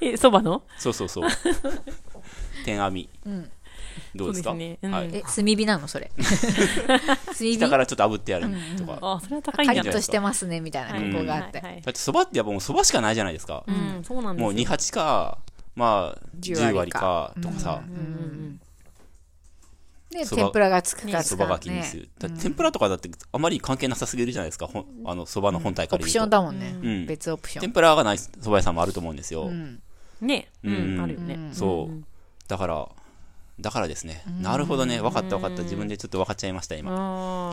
[SPEAKER 2] え、そばの
[SPEAKER 3] そうそうそう。天網。どうですか
[SPEAKER 2] そうですねうん
[SPEAKER 3] はい、
[SPEAKER 1] え、炭火なの
[SPEAKER 3] *laughs*
[SPEAKER 1] それ。炭火
[SPEAKER 3] 下からちょっと炙ってやるとか。だ
[SPEAKER 2] あ、それは高いん
[SPEAKER 1] カリ
[SPEAKER 2] じゃな
[SPEAKER 1] ッ
[SPEAKER 2] い
[SPEAKER 1] としてますね、みたい
[SPEAKER 2] はい
[SPEAKER 1] なここがあって
[SPEAKER 2] は。いはい
[SPEAKER 3] ってそばってやっぱもうそばしかないじゃないですか。
[SPEAKER 2] うん、そうなんです
[SPEAKER 3] もう
[SPEAKER 2] よ。
[SPEAKER 3] 28か、まあ、
[SPEAKER 1] 10
[SPEAKER 3] 10割
[SPEAKER 1] 割
[SPEAKER 3] か
[SPEAKER 1] か
[SPEAKER 3] とかさ。
[SPEAKER 2] うんうん
[SPEAKER 1] で、
[SPEAKER 3] そば
[SPEAKER 1] 天ぷらがつくか
[SPEAKER 3] そ
[SPEAKER 1] つ
[SPEAKER 3] ば
[SPEAKER 1] か
[SPEAKER 3] がきにする。だって天ぷらとかだってあまり関係なさすぎるじゃないですか。ほんあの、そばの本体か
[SPEAKER 1] オ
[SPEAKER 3] ら
[SPEAKER 1] プ
[SPEAKER 3] 言う
[SPEAKER 1] シ
[SPEAKER 3] と。
[SPEAKER 1] ョンだもんね。
[SPEAKER 3] うん
[SPEAKER 1] 別オプショ
[SPEAKER 3] 天
[SPEAKER 1] ン。
[SPEAKER 3] ぷらがない蕎麦屋さんもあると思うんです
[SPEAKER 1] う
[SPEAKER 3] よ。
[SPEAKER 1] ん。
[SPEAKER 2] うんねう
[SPEAKER 3] う
[SPEAKER 2] ん、
[SPEAKER 3] んうん
[SPEAKER 2] あるよね。
[SPEAKER 3] そう、
[SPEAKER 2] ん
[SPEAKER 3] だから、だからですね。なるほどね。分かった分かった。自分でちょっと分かっちゃいました、今。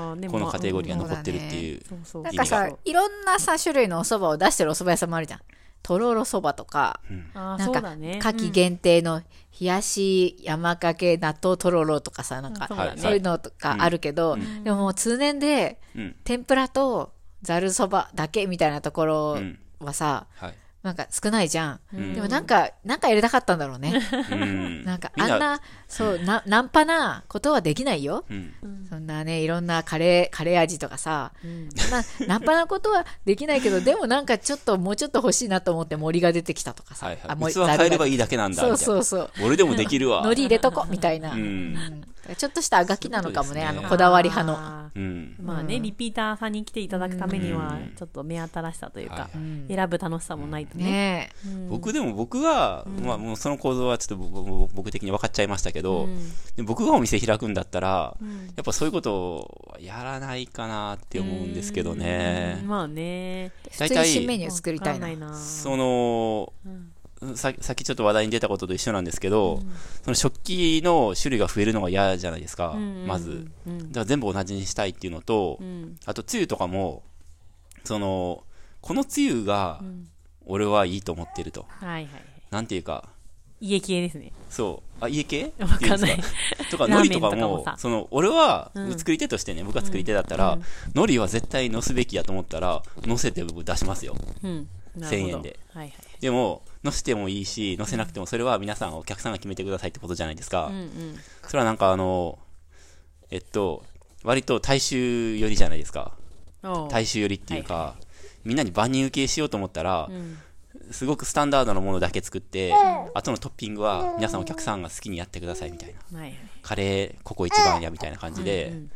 [SPEAKER 2] あーでも
[SPEAKER 3] このカテゴリー
[SPEAKER 1] ま
[SPEAKER 3] が
[SPEAKER 1] あ
[SPEAKER 3] 残ってるっていう。
[SPEAKER 2] そうそう。
[SPEAKER 1] なんか
[SPEAKER 3] 意
[SPEAKER 1] さ
[SPEAKER 3] 味、
[SPEAKER 1] いろんなさ、種類のお蕎麦を出してるお蕎麦屋さんもあるじゃん。とろろ蕎麦とか、
[SPEAKER 2] あー
[SPEAKER 1] なん
[SPEAKER 2] そう
[SPEAKER 1] か
[SPEAKER 2] だね。、
[SPEAKER 1] 夏季限定の冷やし山かけ納豆とろろとかさ、なんか
[SPEAKER 2] そうだ、ね
[SPEAKER 1] そういうのとかあるけど、でももう通年で
[SPEAKER 3] うん、
[SPEAKER 1] 天ぷらとざるそばだけみたいなところはさ、
[SPEAKER 3] はい。
[SPEAKER 1] なんか少ないじゃん。
[SPEAKER 3] ん
[SPEAKER 1] でもなんか、なんかやりたかったんだろうね。
[SPEAKER 3] う
[SPEAKER 1] *laughs*
[SPEAKER 3] ん
[SPEAKER 1] なんか、
[SPEAKER 3] み
[SPEAKER 1] あ
[SPEAKER 3] ん
[SPEAKER 1] んな、そう、な、ナンパなことはできないよ。
[SPEAKER 3] うん
[SPEAKER 1] そんなね、いろんなカレー、カレー味とかさ、
[SPEAKER 3] *laughs*
[SPEAKER 1] そんな、ナンパなことはできないけど、でもなんかちょっと、もうちょっと欲しいなと思って森が出てきたとかさ。
[SPEAKER 3] はい
[SPEAKER 1] あ
[SPEAKER 3] は
[SPEAKER 1] 森
[SPEAKER 3] い。器変えればい
[SPEAKER 1] い
[SPEAKER 3] いだけなんだ。。
[SPEAKER 1] そうそううそう。
[SPEAKER 3] 俺でもでき
[SPEAKER 1] *laughs*
[SPEAKER 3] るわ。
[SPEAKER 1] 海苔入れとこ、みたいな。
[SPEAKER 3] うん
[SPEAKER 1] うんちょっとしたあがきなのかもね、
[SPEAKER 3] そういうことです
[SPEAKER 1] あ
[SPEAKER 3] ね
[SPEAKER 1] の、こだわり派の。
[SPEAKER 2] あ
[SPEAKER 3] う
[SPEAKER 2] ー
[SPEAKER 3] ん。
[SPEAKER 2] まあね、リピーターさんに来ていただくためには
[SPEAKER 3] うん
[SPEAKER 2] ちょっと目新しさという
[SPEAKER 3] は
[SPEAKER 2] か
[SPEAKER 3] い
[SPEAKER 2] 選ぶ楽しさもないとね
[SPEAKER 1] ねえ。
[SPEAKER 3] 僕でも僕が、まあもうその構造はちょっと僕僕的に分かっちゃいましたけど、で僕がお店開くんだったら、やっぱそういうことをやらないかなって思うんですけどね。
[SPEAKER 2] まあね
[SPEAKER 1] 普
[SPEAKER 3] 大
[SPEAKER 1] 通に
[SPEAKER 3] 体
[SPEAKER 1] 新メニュー作りたいな。
[SPEAKER 2] わからな
[SPEAKER 3] その、ささっきちょっと話題に出たことと一緒なんですけど、その食器の種類が増えるのが嫌じゃないですか、
[SPEAKER 2] うん
[SPEAKER 3] まず。
[SPEAKER 2] うん
[SPEAKER 3] だから全部同じにしたいっていうのと、
[SPEAKER 2] うん
[SPEAKER 3] あと、つゆとかも、その、このつゆが、俺はいいと思ってると。
[SPEAKER 2] はいはいはい
[SPEAKER 3] なんていうか、
[SPEAKER 2] 家系ですね
[SPEAKER 3] そう、あ、家系って
[SPEAKER 2] わ
[SPEAKER 3] い
[SPEAKER 2] か
[SPEAKER 3] うんん
[SPEAKER 2] な
[SPEAKER 3] で
[SPEAKER 2] い
[SPEAKER 3] すか。とか、海
[SPEAKER 2] ラーメ
[SPEAKER 3] 苔
[SPEAKER 2] ン
[SPEAKER 3] とか
[SPEAKER 2] とかも
[SPEAKER 3] も
[SPEAKER 2] さ、
[SPEAKER 3] その、俺は
[SPEAKER 2] う、ん
[SPEAKER 3] 作り手としてね、僕が作り手だったら、海苔は絶対乗すべきやと思ったら、乗せて僕出しますよ。
[SPEAKER 2] うんなるほ
[SPEAKER 3] 1000
[SPEAKER 2] ど
[SPEAKER 3] 円で
[SPEAKER 2] はい
[SPEAKER 3] でも、乗せてもいいし、乗せなくても、それは皆さん、お客さんが決めてくださいってことじゃないですか
[SPEAKER 2] はい。うんうん
[SPEAKER 3] それはなんか、あの、えっと、割と大衆寄りじゃないですか。
[SPEAKER 2] おう
[SPEAKER 3] 大衆寄りっていうか、みんなに万人受けしようと思ったら、
[SPEAKER 2] ん
[SPEAKER 3] すごくスタンダードなものだけ作って、後のトッピングは皆さんお客さんが好きにやってくださいみたいな。
[SPEAKER 2] はいはい
[SPEAKER 3] カレーここ一番やみたいな感じで、
[SPEAKER 2] うん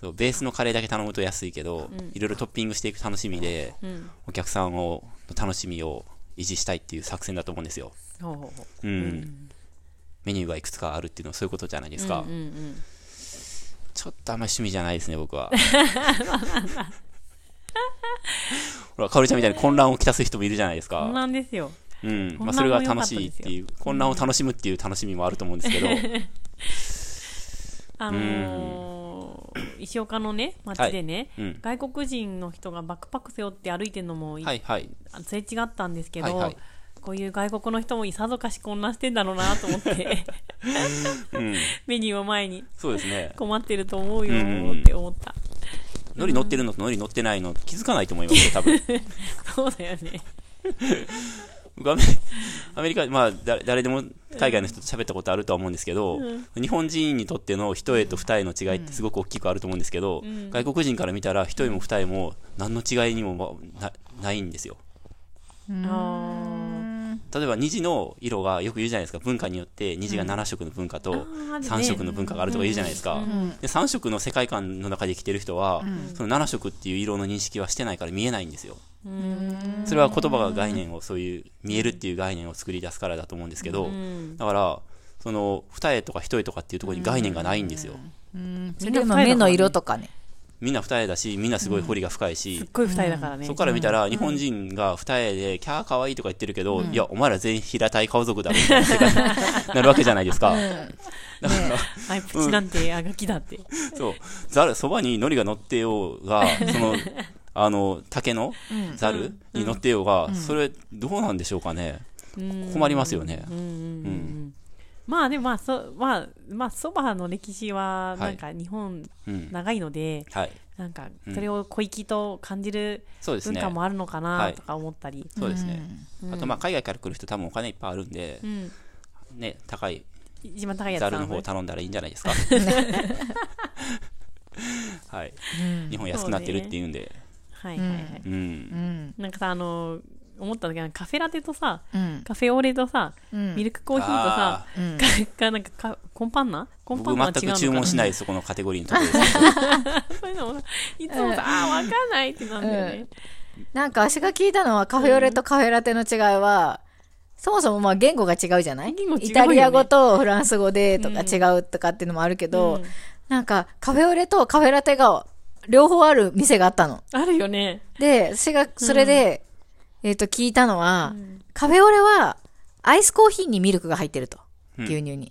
[SPEAKER 3] そうベースのカレーだけ頼むと安いけど、いろいろトッピングしていく楽しみで、
[SPEAKER 2] うん
[SPEAKER 3] お客さんをの楽しみを維持したいっていう作戦だと思うんですよ。
[SPEAKER 2] ほうほうほ
[SPEAKER 3] うん。メニューがいくつかあるっていうのはそういうことじゃないですか。
[SPEAKER 2] ううんうん
[SPEAKER 3] ちょっとあんまり趣味じゃないですね、
[SPEAKER 2] *laughs*
[SPEAKER 3] 僕は。ほら、かおりちゃんみたいに混乱をきたす人もいるじゃないです
[SPEAKER 2] そう
[SPEAKER 3] か。
[SPEAKER 2] なんですよ
[SPEAKER 3] うん。まあ、
[SPEAKER 2] 混乱も
[SPEAKER 3] それが楽しいっていう、混乱を楽しむっていう楽しみもあると思うんですけど、
[SPEAKER 2] あのー、石岡のね、街でね、
[SPEAKER 3] はいうん
[SPEAKER 2] 外国人の人がバックパック背負って歩いてるのもい、
[SPEAKER 3] はいはい。
[SPEAKER 2] あすれ違ったんですけど、
[SPEAKER 3] はいはい
[SPEAKER 2] こういう外国の人もいさぞかし混乱してんだろうなと思って、
[SPEAKER 3] うん。
[SPEAKER 2] *laughs* メニューを前に
[SPEAKER 3] そうですね。
[SPEAKER 2] 困ってると思うよ
[SPEAKER 3] うん
[SPEAKER 2] って思った。
[SPEAKER 3] 海苔乗ってるのと海苔乗ってないの気づかないと思いますよ、多 *laughs* 分。
[SPEAKER 2] そうだよね。
[SPEAKER 3] 僕アメアメリカ、まあ、だ誰でも海外の人と喋ったことあるとは思うんですけど、日本人にとっての一重と二重の違いってすごく大きくあると思うんですけど、外国人から見たら一重も二重も何の違いにもまなないんですよ。
[SPEAKER 2] あ
[SPEAKER 3] 例えば虹の色がよく言うじゃないですか文化によって虹が7色の文化と
[SPEAKER 2] あー
[SPEAKER 3] 3色の文化があるとか言うじゃないですか、で3色の世界観の中で生きてる人は、その7色っていう色の認識はしてないから見えないんですよそれは言葉が概念をそういう見えるっていう概念を作り出すからだと思うんですけど、だからその二重とか一重とかっていうところに概念がないんですよ、
[SPEAKER 1] うんそれでも目の色とかね。
[SPEAKER 3] みんな二重だしみんなすごい彫りが深いし、
[SPEAKER 2] ーすっごい二重だからね。
[SPEAKER 3] そこから見たら、日本人が二重で、キャー可愛いとか言ってるけど、いや、お前ら全員平たい顔族だろ、みたいな世界 *laughs* になるわけじゃないですか。だから、
[SPEAKER 2] あいプチなんてあがきだって。
[SPEAKER 3] そう、ざる、そばに海苔が乗ってようが、その、あの、竹のざるに乗ってようが、それ、どうなんでしょうかね。困りますよね。うん。
[SPEAKER 2] まあでもまあそ、まあ、まあ、そばの歴史は、なんか日本
[SPEAKER 3] うん。
[SPEAKER 2] 長いので、
[SPEAKER 3] はい。
[SPEAKER 2] なんかそれを小粋と感じる
[SPEAKER 3] そうです
[SPEAKER 2] 文
[SPEAKER 3] ね
[SPEAKER 2] 化。もあるのか
[SPEAKER 3] は
[SPEAKER 2] ないとか思ったり。
[SPEAKER 3] そうですね。あと、まあ、海外から来る人多分お金いっぱいあるんで
[SPEAKER 2] う、ん
[SPEAKER 3] ね、高い
[SPEAKER 2] 一番高いやつ
[SPEAKER 3] ザ
[SPEAKER 2] な
[SPEAKER 3] ルの
[SPEAKER 2] の
[SPEAKER 3] 方を
[SPEAKER 2] ね
[SPEAKER 3] 頼んだらいいんじゃないで
[SPEAKER 2] *laughs*
[SPEAKER 3] すか。はい。日本安くなってるって言うんで。
[SPEAKER 2] はいはいはい。
[SPEAKER 3] うん
[SPEAKER 1] う。ん。
[SPEAKER 2] なんかさ、あの、思ったんだけど、カフェラテとさ、
[SPEAKER 1] うん。
[SPEAKER 2] カフェオレとさ、
[SPEAKER 1] うん
[SPEAKER 2] ミルクコーヒーとさ、
[SPEAKER 1] うん。
[SPEAKER 2] かかなんかか、コンパンナコンパンナは
[SPEAKER 3] 僕
[SPEAKER 2] 違うの
[SPEAKER 3] 全く
[SPEAKER 2] か。
[SPEAKER 3] 注文しないいです、そこのカテゴリーのところです。
[SPEAKER 2] そういうのもさ、いつもさ、あーわかんないってなんだよね。
[SPEAKER 1] なんか私が聞いたのはカフェオレとカフェラテの違いは、そもそもまあ言語が違うじゃない、
[SPEAKER 2] 言語違うよね
[SPEAKER 1] イタリア語とフランス語でとか違うとかっていうのもあるけど、
[SPEAKER 2] うん
[SPEAKER 1] なんかカフェオレとカフェラテが両方ある店があったの。
[SPEAKER 2] あるよね。
[SPEAKER 1] で、私がそれで、えっ、と聞いたのは、カフェオレはアイスコーヒーにミルクが入ってると。
[SPEAKER 3] うん
[SPEAKER 1] 牛乳に。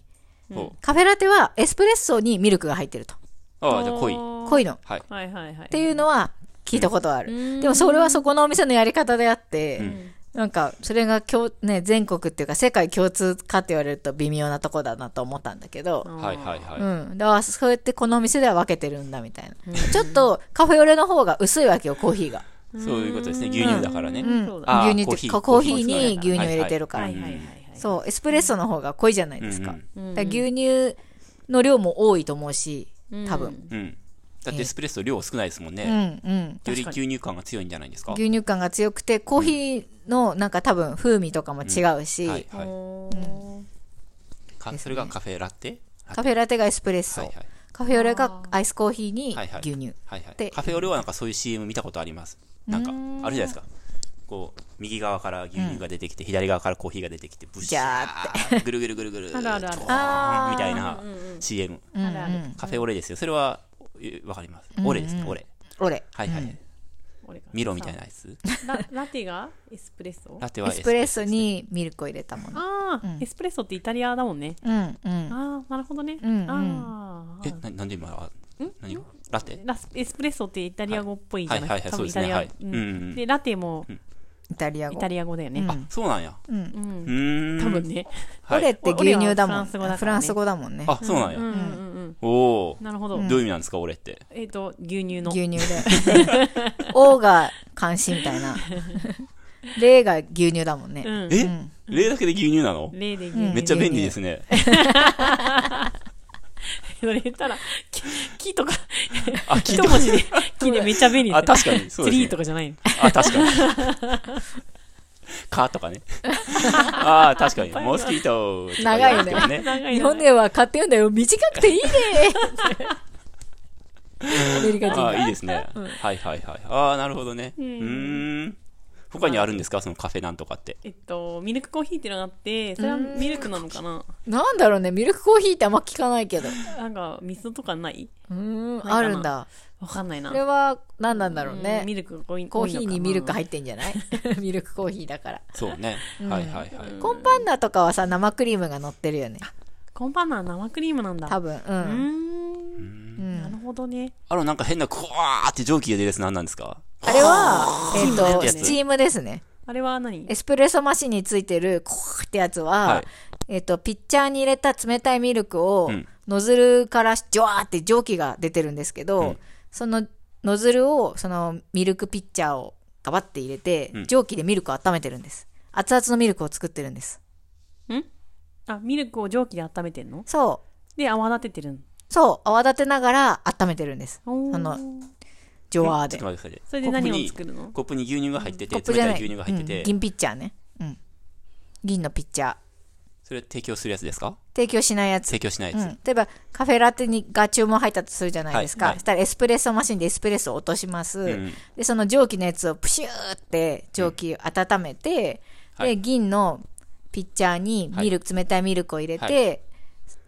[SPEAKER 3] お
[SPEAKER 1] カフェラテはエスプレッソにミルクが入ってると。
[SPEAKER 3] ああ、じゃあ濃い。
[SPEAKER 1] 濃いの。
[SPEAKER 3] はい。
[SPEAKER 2] はいはいはい。っ
[SPEAKER 1] っていうのは聞いたことある、
[SPEAKER 2] うん
[SPEAKER 1] でもそれはそこのお店のやり方であって、
[SPEAKER 3] うん
[SPEAKER 1] なんかそれが共、ね、全国っていうか世界共通かって言われると微妙なとこだなと思ったんだけど、
[SPEAKER 3] はいはいは
[SPEAKER 1] う
[SPEAKER 3] い。
[SPEAKER 1] ん、だからそうやってこのお店では分けてるんだみたいな、ちょっとカフェオレの方が薄いわけよコーヒーが
[SPEAKER 3] そういうことですね。牛乳だからね。
[SPEAKER 1] うん
[SPEAKER 2] そうだ
[SPEAKER 3] あ
[SPEAKER 1] 牛乳
[SPEAKER 3] コー
[SPEAKER 1] って
[SPEAKER 3] ヒー
[SPEAKER 1] ココーヒ
[SPEAKER 3] コ
[SPEAKER 1] ー
[SPEAKER 3] ーヒ
[SPEAKER 1] に
[SPEAKER 2] ー
[SPEAKER 1] 牛乳を入れてるか
[SPEAKER 2] は
[SPEAKER 1] ら
[SPEAKER 2] いはいはいはい。
[SPEAKER 1] そうエスプレッソの方が濃いじゃないですか,、
[SPEAKER 3] うん
[SPEAKER 2] うん
[SPEAKER 1] だから牛乳の量も多いと思うし多分、
[SPEAKER 3] うん。だってエスプレッソ量少ないですもん
[SPEAKER 1] うん、う
[SPEAKER 3] ね。
[SPEAKER 1] ん
[SPEAKER 3] より牛乳感が強いんじゃないですか。
[SPEAKER 1] 牛乳感が強くてコーヒーのなんか多分風味とかも違うし、
[SPEAKER 3] はい
[SPEAKER 2] うん
[SPEAKER 3] は
[SPEAKER 2] お
[SPEAKER 3] い。かそれがカフェラテ
[SPEAKER 1] カフェラテがエスプレッソ、
[SPEAKER 3] はいはい。
[SPEAKER 1] カフェオレがアイスコーヒーに
[SPEAKER 3] はいはい
[SPEAKER 1] 牛乳、
[SPEAKER 3] はいはい、
[SPEAKER 1] で
[SPEAKER 3] カフェオレはなんかそういう CM 見たことありますなんかあるじゃないですかこう右側から牛乳が出てきて、左側からコーヒーが出てきてブシャー *laughs* ぐるぐるぐるぐる
[SPEAKER 2] あるあるある
[SPEAKER 3] ド
[SPEAKER 1] あ
[SPEAKER 3] ーン
[SPEAKER 1] ー
[SPEAKER 3] みたいな CM、
[SPEAKER 1] うんう
[SPEAKER 2] あるある
[SPEAKER 1] ん、
[SPEAKER 3] カフェオレですよそれはえわかります、オレですねオレ
[SPEAKER 1] オレ
[SPEAKER 3] はいはい、
[SPEAKER 2] ー
[SPEAKER 3] ミロみたいなやつ
[SPEAKER 2] ララテがエスプレッソ
[SPEAKER 3] ラテは
[SPEAKER 1] エスプレッソにミルクを入れたもの
[SPEAKER 2] ああ、エスプレッソってイタリアだもんね。
[SPEAKER 1] うんうん
[SPEAKER 2] ああ、なるほどね。
[SPEAKER 1] んうん
[SPEAKER 2] あ
[SPEAKER 3] え
[SPEAKER 2] あ。
[SPEAKER 3] ななんで今あ何がラテ
[SPEAKER 2] ラスエスプレッソってイタリア語っぽいじゃない
[SPEAKER 3] はいはいはい
[SPEAKER 2] 多
[SPEAKER 3] そ
[SPEAKER 2] 分
[SPEAKER 3] うで
[SPEAKER 2] イ
[SPEAKER 3] す
[SPEAKER 2] タ
[SPEAKER 3] ね
[SPEAKER 2] リア
[SPEAKER 3] はい
[SPEAKER 2] うん
[SPEAKER 3] うん
[SPEAKER 2] で、ラテも
[SPEAKER 1] イタリア
[SPEAKER 2] イ
[SPEAKER 1] 語
[SPEAKER 2] タリア語だよね。
[SPEAKER 3] あそうなんや
[SPEAKER 1] うん
[SPEAKER 2] う。
[SPEAKER 3] うんーん
[SPEAKER 2] 多分ね。
[SPEAKER 3] は
[SPEAKER 1] オレっ
[SPEAKER 3] い
[SPEAKER 1] て牛乳だもん
[SPEAKER 2] オレは
[SPEAKER 1] フ
[SPEAKER 2] フ
[SPEAKER 1] ラ
[SPEAKER 2] ラ
[SPEAKER 1] ン
[SPEAKER 2] ン
[SPEAKER 1] ス
[SPEAKER 2] ス
[SPEAKER 1] 語だもんね
[SPEAKER 3] あそうなんや、
[SPEAKER 2] うんうんうん
[SPEAKER 3] おお
[SPEAKER 2] うん。なるほど。
[SPEAKER 3] どういう意味なんですかオレって
[SPEAKER 2] えっと、牛乳の。
[SPEAKER 1] 牛乳で *laughs* O が漢詩みたいな例が牛乳だもんね、
[SPEAKER 2] うん。
[SPEAKER 3] え、
[SPEAKER 1] ん
[SPEAKER 3] 例だけで牛乳なの
[SPEAKER 2] 例で牛
[SPEAKER 1] うん
[SPEAKER 2] 乳。
[SPEAKER 3] めっちゃ便利ですね。
[SPEAKER 2] それ言ったら、木木
[SPEAKER 3] *laughs*
[SPEAKER 2] とか、
[SPEAKER 3] あ、聞い
[SPEAKER 2] 一
[SPEAKER 3] た
[SPEAKER 2] 文字で、木でめっちゃ便利だ
[SPEAKER 3] あ、
[SPEAKER 2] ね
[SPEAKER 3] 確かに。そ
[SPEAKER 2] ツ
[SPEAKER 3] うです
[SPEAKER 2] リ
[SPEAKER 3] ね
[SPEAKER 2] ーとかじゃ
[SPEAKER 1] *laughs*
[SPEAKER 2] ないの。
[SPEAKER 3] あ、確かに。 *laughs* かとかね。ああ、確かに。モスキートとか言うんですけどね。
[SPEAKER 2] 長い
[SPEAKER 1] 日
[SPEAKER 2] よ
[SPEAKER 1] 本
[SPEAKER 2] ね
[SPEAKER 1] では買ってるんだよ短く *laughs*
[SPEAKER 3] *laughs*
[SPEAKER 1] ていいねアメリカ人
[SPEAKER 3] あ
[SPEAKER 1] が
[SPEAKER 3] あ、いいですね。はいはいはい。ああ、なるほどね。うーん。他にあるんですかそのカフェなんとかって。
[SPEAKER 2] えっと、ミルクコーヒーってのがあって、それはミルクなのかな
[SPEAKER 1] なんだろうねミルクコーヒーってあんま聞かないけ *laughs* ど
[SPEAKER 2] なんか、ミストとかないう
[SPEAKER 1] ーん
[SPEAKER 2] な
[SPEAKER 1] あるんだ
[SPEAKER 2] わかんないな。
[SPEAKER 1] これは何なんだろうね
[SPEAKER 2] うんミルクが多い
[SPEAKER 1] コーヒーにミルク入
[SPEAKER 2] っ
[SPEAKER 1] ってんじゃ *laughs* ないミルクコーヒーだから
[SPEAKER 3] そうね。はいはいはい。
[SPEAKER 1] コンパンナとかはさ生クリームが乗ってるよね
[SPEAKER 2] コンパンナは生クリームなんだ。
[SPEAKER 1] 多分う
[SPEAKER 2] うー
[SPEAKER 1] ん
[SPEAKER 2] ん。なるほどね。
[SPEAKER 3] あの、なんか変な、クワーって蒸気が出るやつ何なんですか
[SPEAKER 1] あれはえっと
[SPEAKER 3] やつ
[SPEAKER 1] スチームですね
[SPEAKER 2] あれは何
[SPEAKER 1] エスプレッソマシンについてるコーってやつは、
[SPEAKER 3] はい
[SPEAKER 1] えっとピッチャーに入れた冷たいミルクを、
[SPEAKER 3] うん
[SPEAKER 1] ノズルからジョワーって蒸気が出てるんですけど、
[SPEAKER 3] うん
[SPEAKER 1] そのノズルをそのミルクピッチャーをガバって入れて、
[SPEAKER 3] うん
[SPEAKER 1] 蒸気でミルクを温めてるんです熱々のミルクを作ってるんです
[SPEAKER 2] あ、ミルクを蒸気で温めてんの
[SPEAKER 1] そ
[SPEAKER 2] で、泡立ててるの。
[SPEAKER 1] うそう泡立てながら温めてるんです
[SPEAKER 2] おー
[SPEAKER 1] あのジョワー
[SPEAKER 3] ちょ
[SPEAKER 1] で
[SPEAKER 3] っと待ってくださいね。
[SPEAKER 2] それで何を作るの
[SPEAKER 3] コップに牛乳が入って
[SPEAKER 1] コ
[SPEAKER 3] て、冷
[SPEAKER 1] ップじゃ
[SPEAKER 3] たい
[SPEAKER 1] ない
[SPEAKER 3] 牛乳が入って
[SPEAKER 1] うん
[SPEAKER 3] て、
[SPEAKER 1] 銀ピッチャーね、うん、銀のピッチャー
[SPEAKER 3] それ提供するやつですか
[SPEAKER 1] 提供しないやつ
[SPEAKER 3] 提供しない
[SPEAKER 1] うん
[SPEAKER 3] や
[SPEAKER 1] 例えばカフェラテにが注文入ったとするじゃないですか、
[SPEAKER 3] はいは
[SPEAKER 1] そ
[SPEAKER 3] い
[SPEAKER 1] したらエスプレッソマシンでエスプレッソを落とします、
[SPEAKER 3] ん
[SPEAKER 1] でその蒸気のやつをプシューって蒸気を温めて、
[SPEAKER 3] はい
[SPEAKER 1] で銀のピッチャーにミルク、冷たいミルクを入れて、
[SPEAKER 3] はい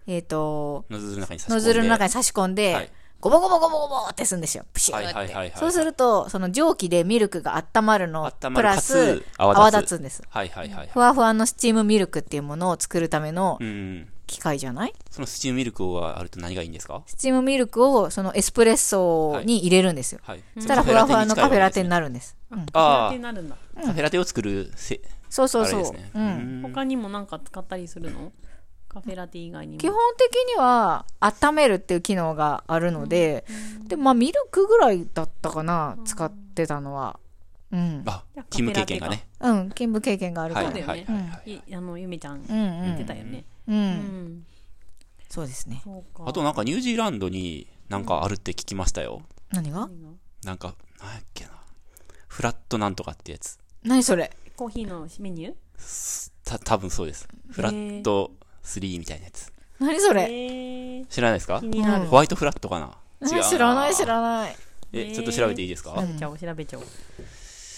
[SPEAKER 1] えっ、と
[SPEAKER 3] つ。ノズルの中に差し込ん
[SPEAKER 1] ノ
[SPEAKER 3] で。
[SPEAKER 1] ズルの中に差し込んで、
[SPEAKER 3] はい
[SPEAKER 1] ゴボゴボゴボゴボってするんですよプシューって、
[SPEAKER 3] はいはいはいはいはい
[SPEAKER 1] そうするとその蒸気でミルクが温まるの
[SPEAKER 3] 温ま
[SPEAKER 1] プ
[SPEAKER 3] る
[SPEAKER 1] ラ
[SPEAKER 3] か
[SPEAKER 1] ス
[SPEAKER 3] つ
[SPEAKER 1] 泡立つんです
[SPEAKER 3] はいはいはいはい。
[SPEAKER 1] ふわふわのスチームミルクっていうものを作るための
[SPEAKER 3] うん。
[SPEAKER 1] 機械じゃない、
[SPEAKER 3] そのスチームミルクがあると何がいいんですか
[SPEAKER 1] スチームミルクをそのエスプレッソに入れるんですよ。
[SPEAKER 3] はい。
[SPEAKER 1] そしたらふわふわのカフェラテになるんです。うん
[SPEAKER 3] あ
[SPEAKER 2] っ
[SPEAKER 3] あ
[SPEAKER 2] てなるんだ。
[SPEAKER 3] カフェラテを作るせ、
[SPEAKER 1] そうそう
[SPEAKER 3] あれ
[SPEAKER 1] そ
[SPEAKER 3] で
[SPEAKER 1] う
[SPEAKER 3] すね。。
[SPEAKER 1] う
[SPEAKER 3] うん
[SPEAKER 1] ん
[SPEAKER 2] 他にもなんか使ったりするのカフェラテ以外にも。
[SPEAKER 1] 基本的には温めるっていう機能があるので、で、まあミルクぐらいだったかな、使ってたのは。うん。
[SPEAKER 3] あ、勤務経験がね。
[SPEAKER 1] うん、勤務経験があるか
[SPEAKER 3] はい
[SPEAKER 1] ら。
[SPEAKER 3] は
[SPEAKER 2] そう
[SPEAKER 3] い
[SPEAKER 2] だよね
[SPEAKER 3] はいはい。
[SPEAKER 2] いあの、ゆめちゃん
[SPEAKER 1] う
[SPEAKER 2] 言
[SPEAKER 1] ん
[SPEAKER 2] ってたよね。
[SPEAKER 1] うん。う。
[SPEAKER 2] うんん。
[SPEAKER 1] そうですね。
[SPEAKER 2] そうか。
[SPEAKER 3] あとなんかニュージーランドになんかあるって聞きましたよ。
[SPEAKER 1] 何が
[SPEAKER 2] 何が
[SPEAKER 3] なんか、なんやっけな。フラットなんとかってやつ。
[SPEAKER 1] 何それ
[SPEAKER 2] コーヒーのメニュー
[SPEAKER 3] た、多分そうです。フラット3みたいなやつ。
[SPEAKER 1] 何それ
[SPEAKER 2] えー
[SPEAKER 3] 知らないですか
[SPEAKER 2] 気になる。
[SPEAKER 3] ホワイトフラットかな違う
[SPEAKER 1] 何知らない知らない。
[SPEAKER 3] え、ちょっと調べていいですか
[SPEAKER 2] 調べちゃおう調べちゃおう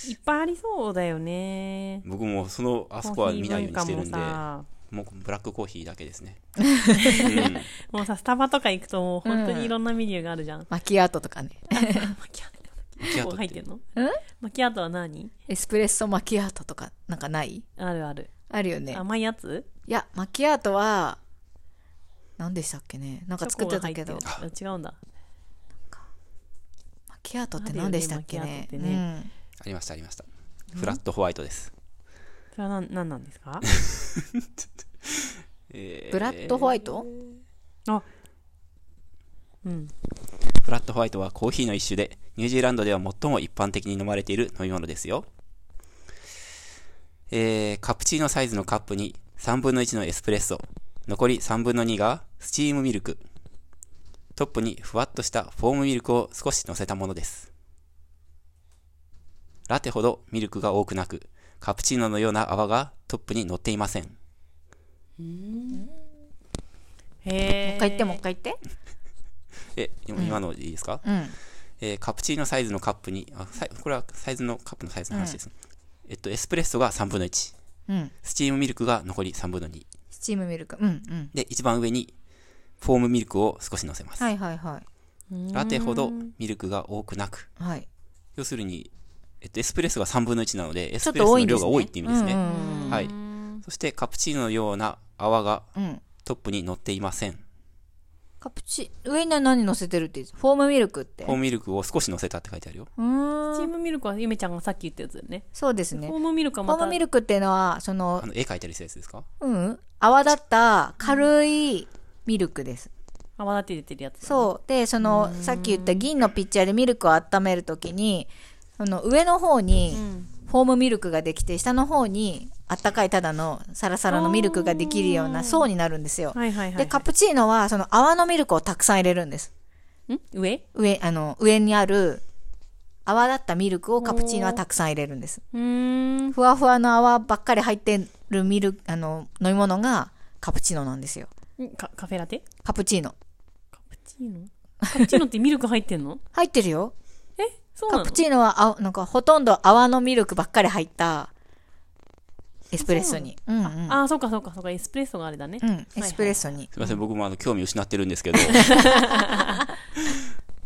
[SPEAKER 2] いっぱいありそうだよね
[SPEAKER 3] 僕もその、あそこ
[SPEAKER 2] コ
[SPEAKER 3] は
[SPEAKER 2] ーヒ
[SPEAKER 3] 見
[SPEAKER 2] ー
[SPEAKER 3] ないよう
[SPEAKER 2] 文化
[SPEAKER 3] にしてる
[SPEAKER 2] も
[SPEAKER 3] んで、
[SPEAKER 2] さ
[SPEAKER 3] もうブラックコーヒーだけですね。
[SPEAKER 2] もうさスタバとか行くともう本当にいろんなメニューがあるじゃん、
[SPEAKER 1] マキアートとかね。
[SPEAKER 2] マキアー
[SPEAKER 3] マキアー
[SPEAKER 2] ト
[SPEAKER 3] ト
[SPEAKER 2] 入
[SPEAKER 3] っ
[SPEAKER 2] って
[SPEAKER 3] て
[SPEAKER 2] ん。のマキアートは何
[SPEAKER 1] エスプレッソマキアートとか、なんかない
[SPEAKER 2] あるある
[SPEAKER 1] あるよね。
[SPEAKER 2] 甘いやつ
[SPEAKER 1] いや、マキアートは、何でしたっけねなんか作ってたけど
[SPEAKER 2] チ、ョコが入ってるあ違うんだ
[SPEAKER 1] マキアートって何でしたっけね
[SPEAKER 2] あるよね
[SPEAKER 3] ありました、ありました。フラットホワイトです。
[SPEAKER 2] それは何何なんです
[SPEAKER 3] *laughs*
[SPEAKER 2] か
[SPEAKER 1] うんブラッドホワイト、
[SPEAKER 2] あうん
[SPEAKER 3] フラットホワイトはコーヒーの一種で、ニュージーランドでは最も一般的に飲まれている飲み物ですよ。えー、カプチーノサイズのカップに3分の1のエスプレッソ、残り3分の2がスチームミルク、トップにふわっとしたフォームミルクを少し乗せたものです。ラテほどミルクが多くなく、カプチーノのような泡がトップに乗っていません。
[SPEAKER 2] へえ。
[SPEAKER 1] 一回言ってもう一回言って。
[SPEAKER 3] え、今今のでいいですか、
[SPEAKER 1] うん。
[SPEAKER 3] えーカプチーノサイズのカップに、あ、さいこれはサイズの、カップのサイズの話ですね。えっと、エスプレッソが3分の1。
[SPEAKER 1] うん。
[SPEAKER 3] スチームミルクが残り3分の2。
[SPEAKER 1] スチームミルク。うんうん。
[SPEAKER 3] で、一番上に、フォームミルクを少し乗せます。
[SPEAKER 1] はいはいは
[SPEAKER 3] ラテほどミルクが多くなく、
[SPEAKER 1] い。はい。
[SPEAKER 3] 要するに、えっと、エスプレッソが3分の1なので、エ
[SPEAKER 1] ちょ
[SPEAKER 3] ス
[SPEAKER 1] っ
[SPEAKER 3] プ
[SPEAKER 1] と
[SPEAKER 3] レッソ
[SPEAKER 1] 多い
[SPEAKER 3] の
[SPEAKER 1] んで
[SPEAKER 3] 量
[SPEAKER 1] すね
[SPEAKER 3] が多いって意味ですね。
[SPEAKER 1] うん
[SPEAKER 3] はい。そして、カプチーノのような泡が
[SPEAKER 1] うん。
[SPEAKER 3] トップに乗っていません。
[SPEAKER 1] カプチ、上に何乗せてるって言うんですフォームミルクって。
[SPEAKER 3] フォー
[SPEAKER 1] う
[SPEAKER 3] ムミルクを少し乗せたって書いてあるよ。
[SPEAKER 1] ーん。
[SPEAKER 2] チームミルクはゆめちゃんがさっき言ったやつだよね。
[SPEAKER 1] そうです
[SPEAKER 2] フ
[SPEAKER 1] ね。
[SPEAKER 2] ォ
[SPEAKER 1] フ
[SPEAKER 2] ームミルクは
[SPEAKER 1] ォ
[SPEAKER 2] ま
[SPEAKER 1] ー
[SPEAKER 2] た
[SPEAKER 1] ムミルクっていうのは、その
[SPEAKER 3] あ、の、絵描いたりしたやつですか
[SPEAKER 1] うん。泡立った軽いミルクです。
[SPEAKER 2] 泡立て出てるやつだね。
[SPEAKER 1] そう。で、その、さっき言った銀のピッチャーでミルクを温めるときに、あの、上の方に
[SPEAKER 2] ん
[SPEAKER 1] フォームミルクができて、下の方にあったかいただのサラサラのミルクができるような層になるんですよ。
[SPEAKER 2] はいはいはいはい。
[SPEAKER 1] で、カプチーノはその泡のミルクをたくさん入れるんです。
[SPEAKER 2] ん上
[SPEAKER 1] 上、あの、上にある泡だったミルクをカプチーノはたくさん入れるんです。
[SPEAKER 2] うーん。
[SPEAKER 1] ふわふわの泡ばっかり入ってるミルク、あの、飲み物がカプチーノなんですよ。
[SPEAKER 2] かカフェラテ
[SPEAKER 1] カプチーノ。
[SPEAKER 2] カプチーノカプチーノってミルク入って
[SPEAKER 1] *laughs*
[SPEAKER 2] んの
[SPEAKER 1] 入ってるよ。
[SPEAKER 2] えそうな
[SPEAKER 1] カ
[SPEAKER 2] の
[SPEAKER 1] プチーノはあ、なんかほとんど泡のミルクばっかり入ったエスプレッソに。うんうん。
[SPEAKER 2] ああ、そうかそうかそうか。エスプレッソがあれだね。
[SPEAKER 1] うん、エスプレッソに。
[SPEAKER 3] すみません、僕もあの興味失ってるんですけど。い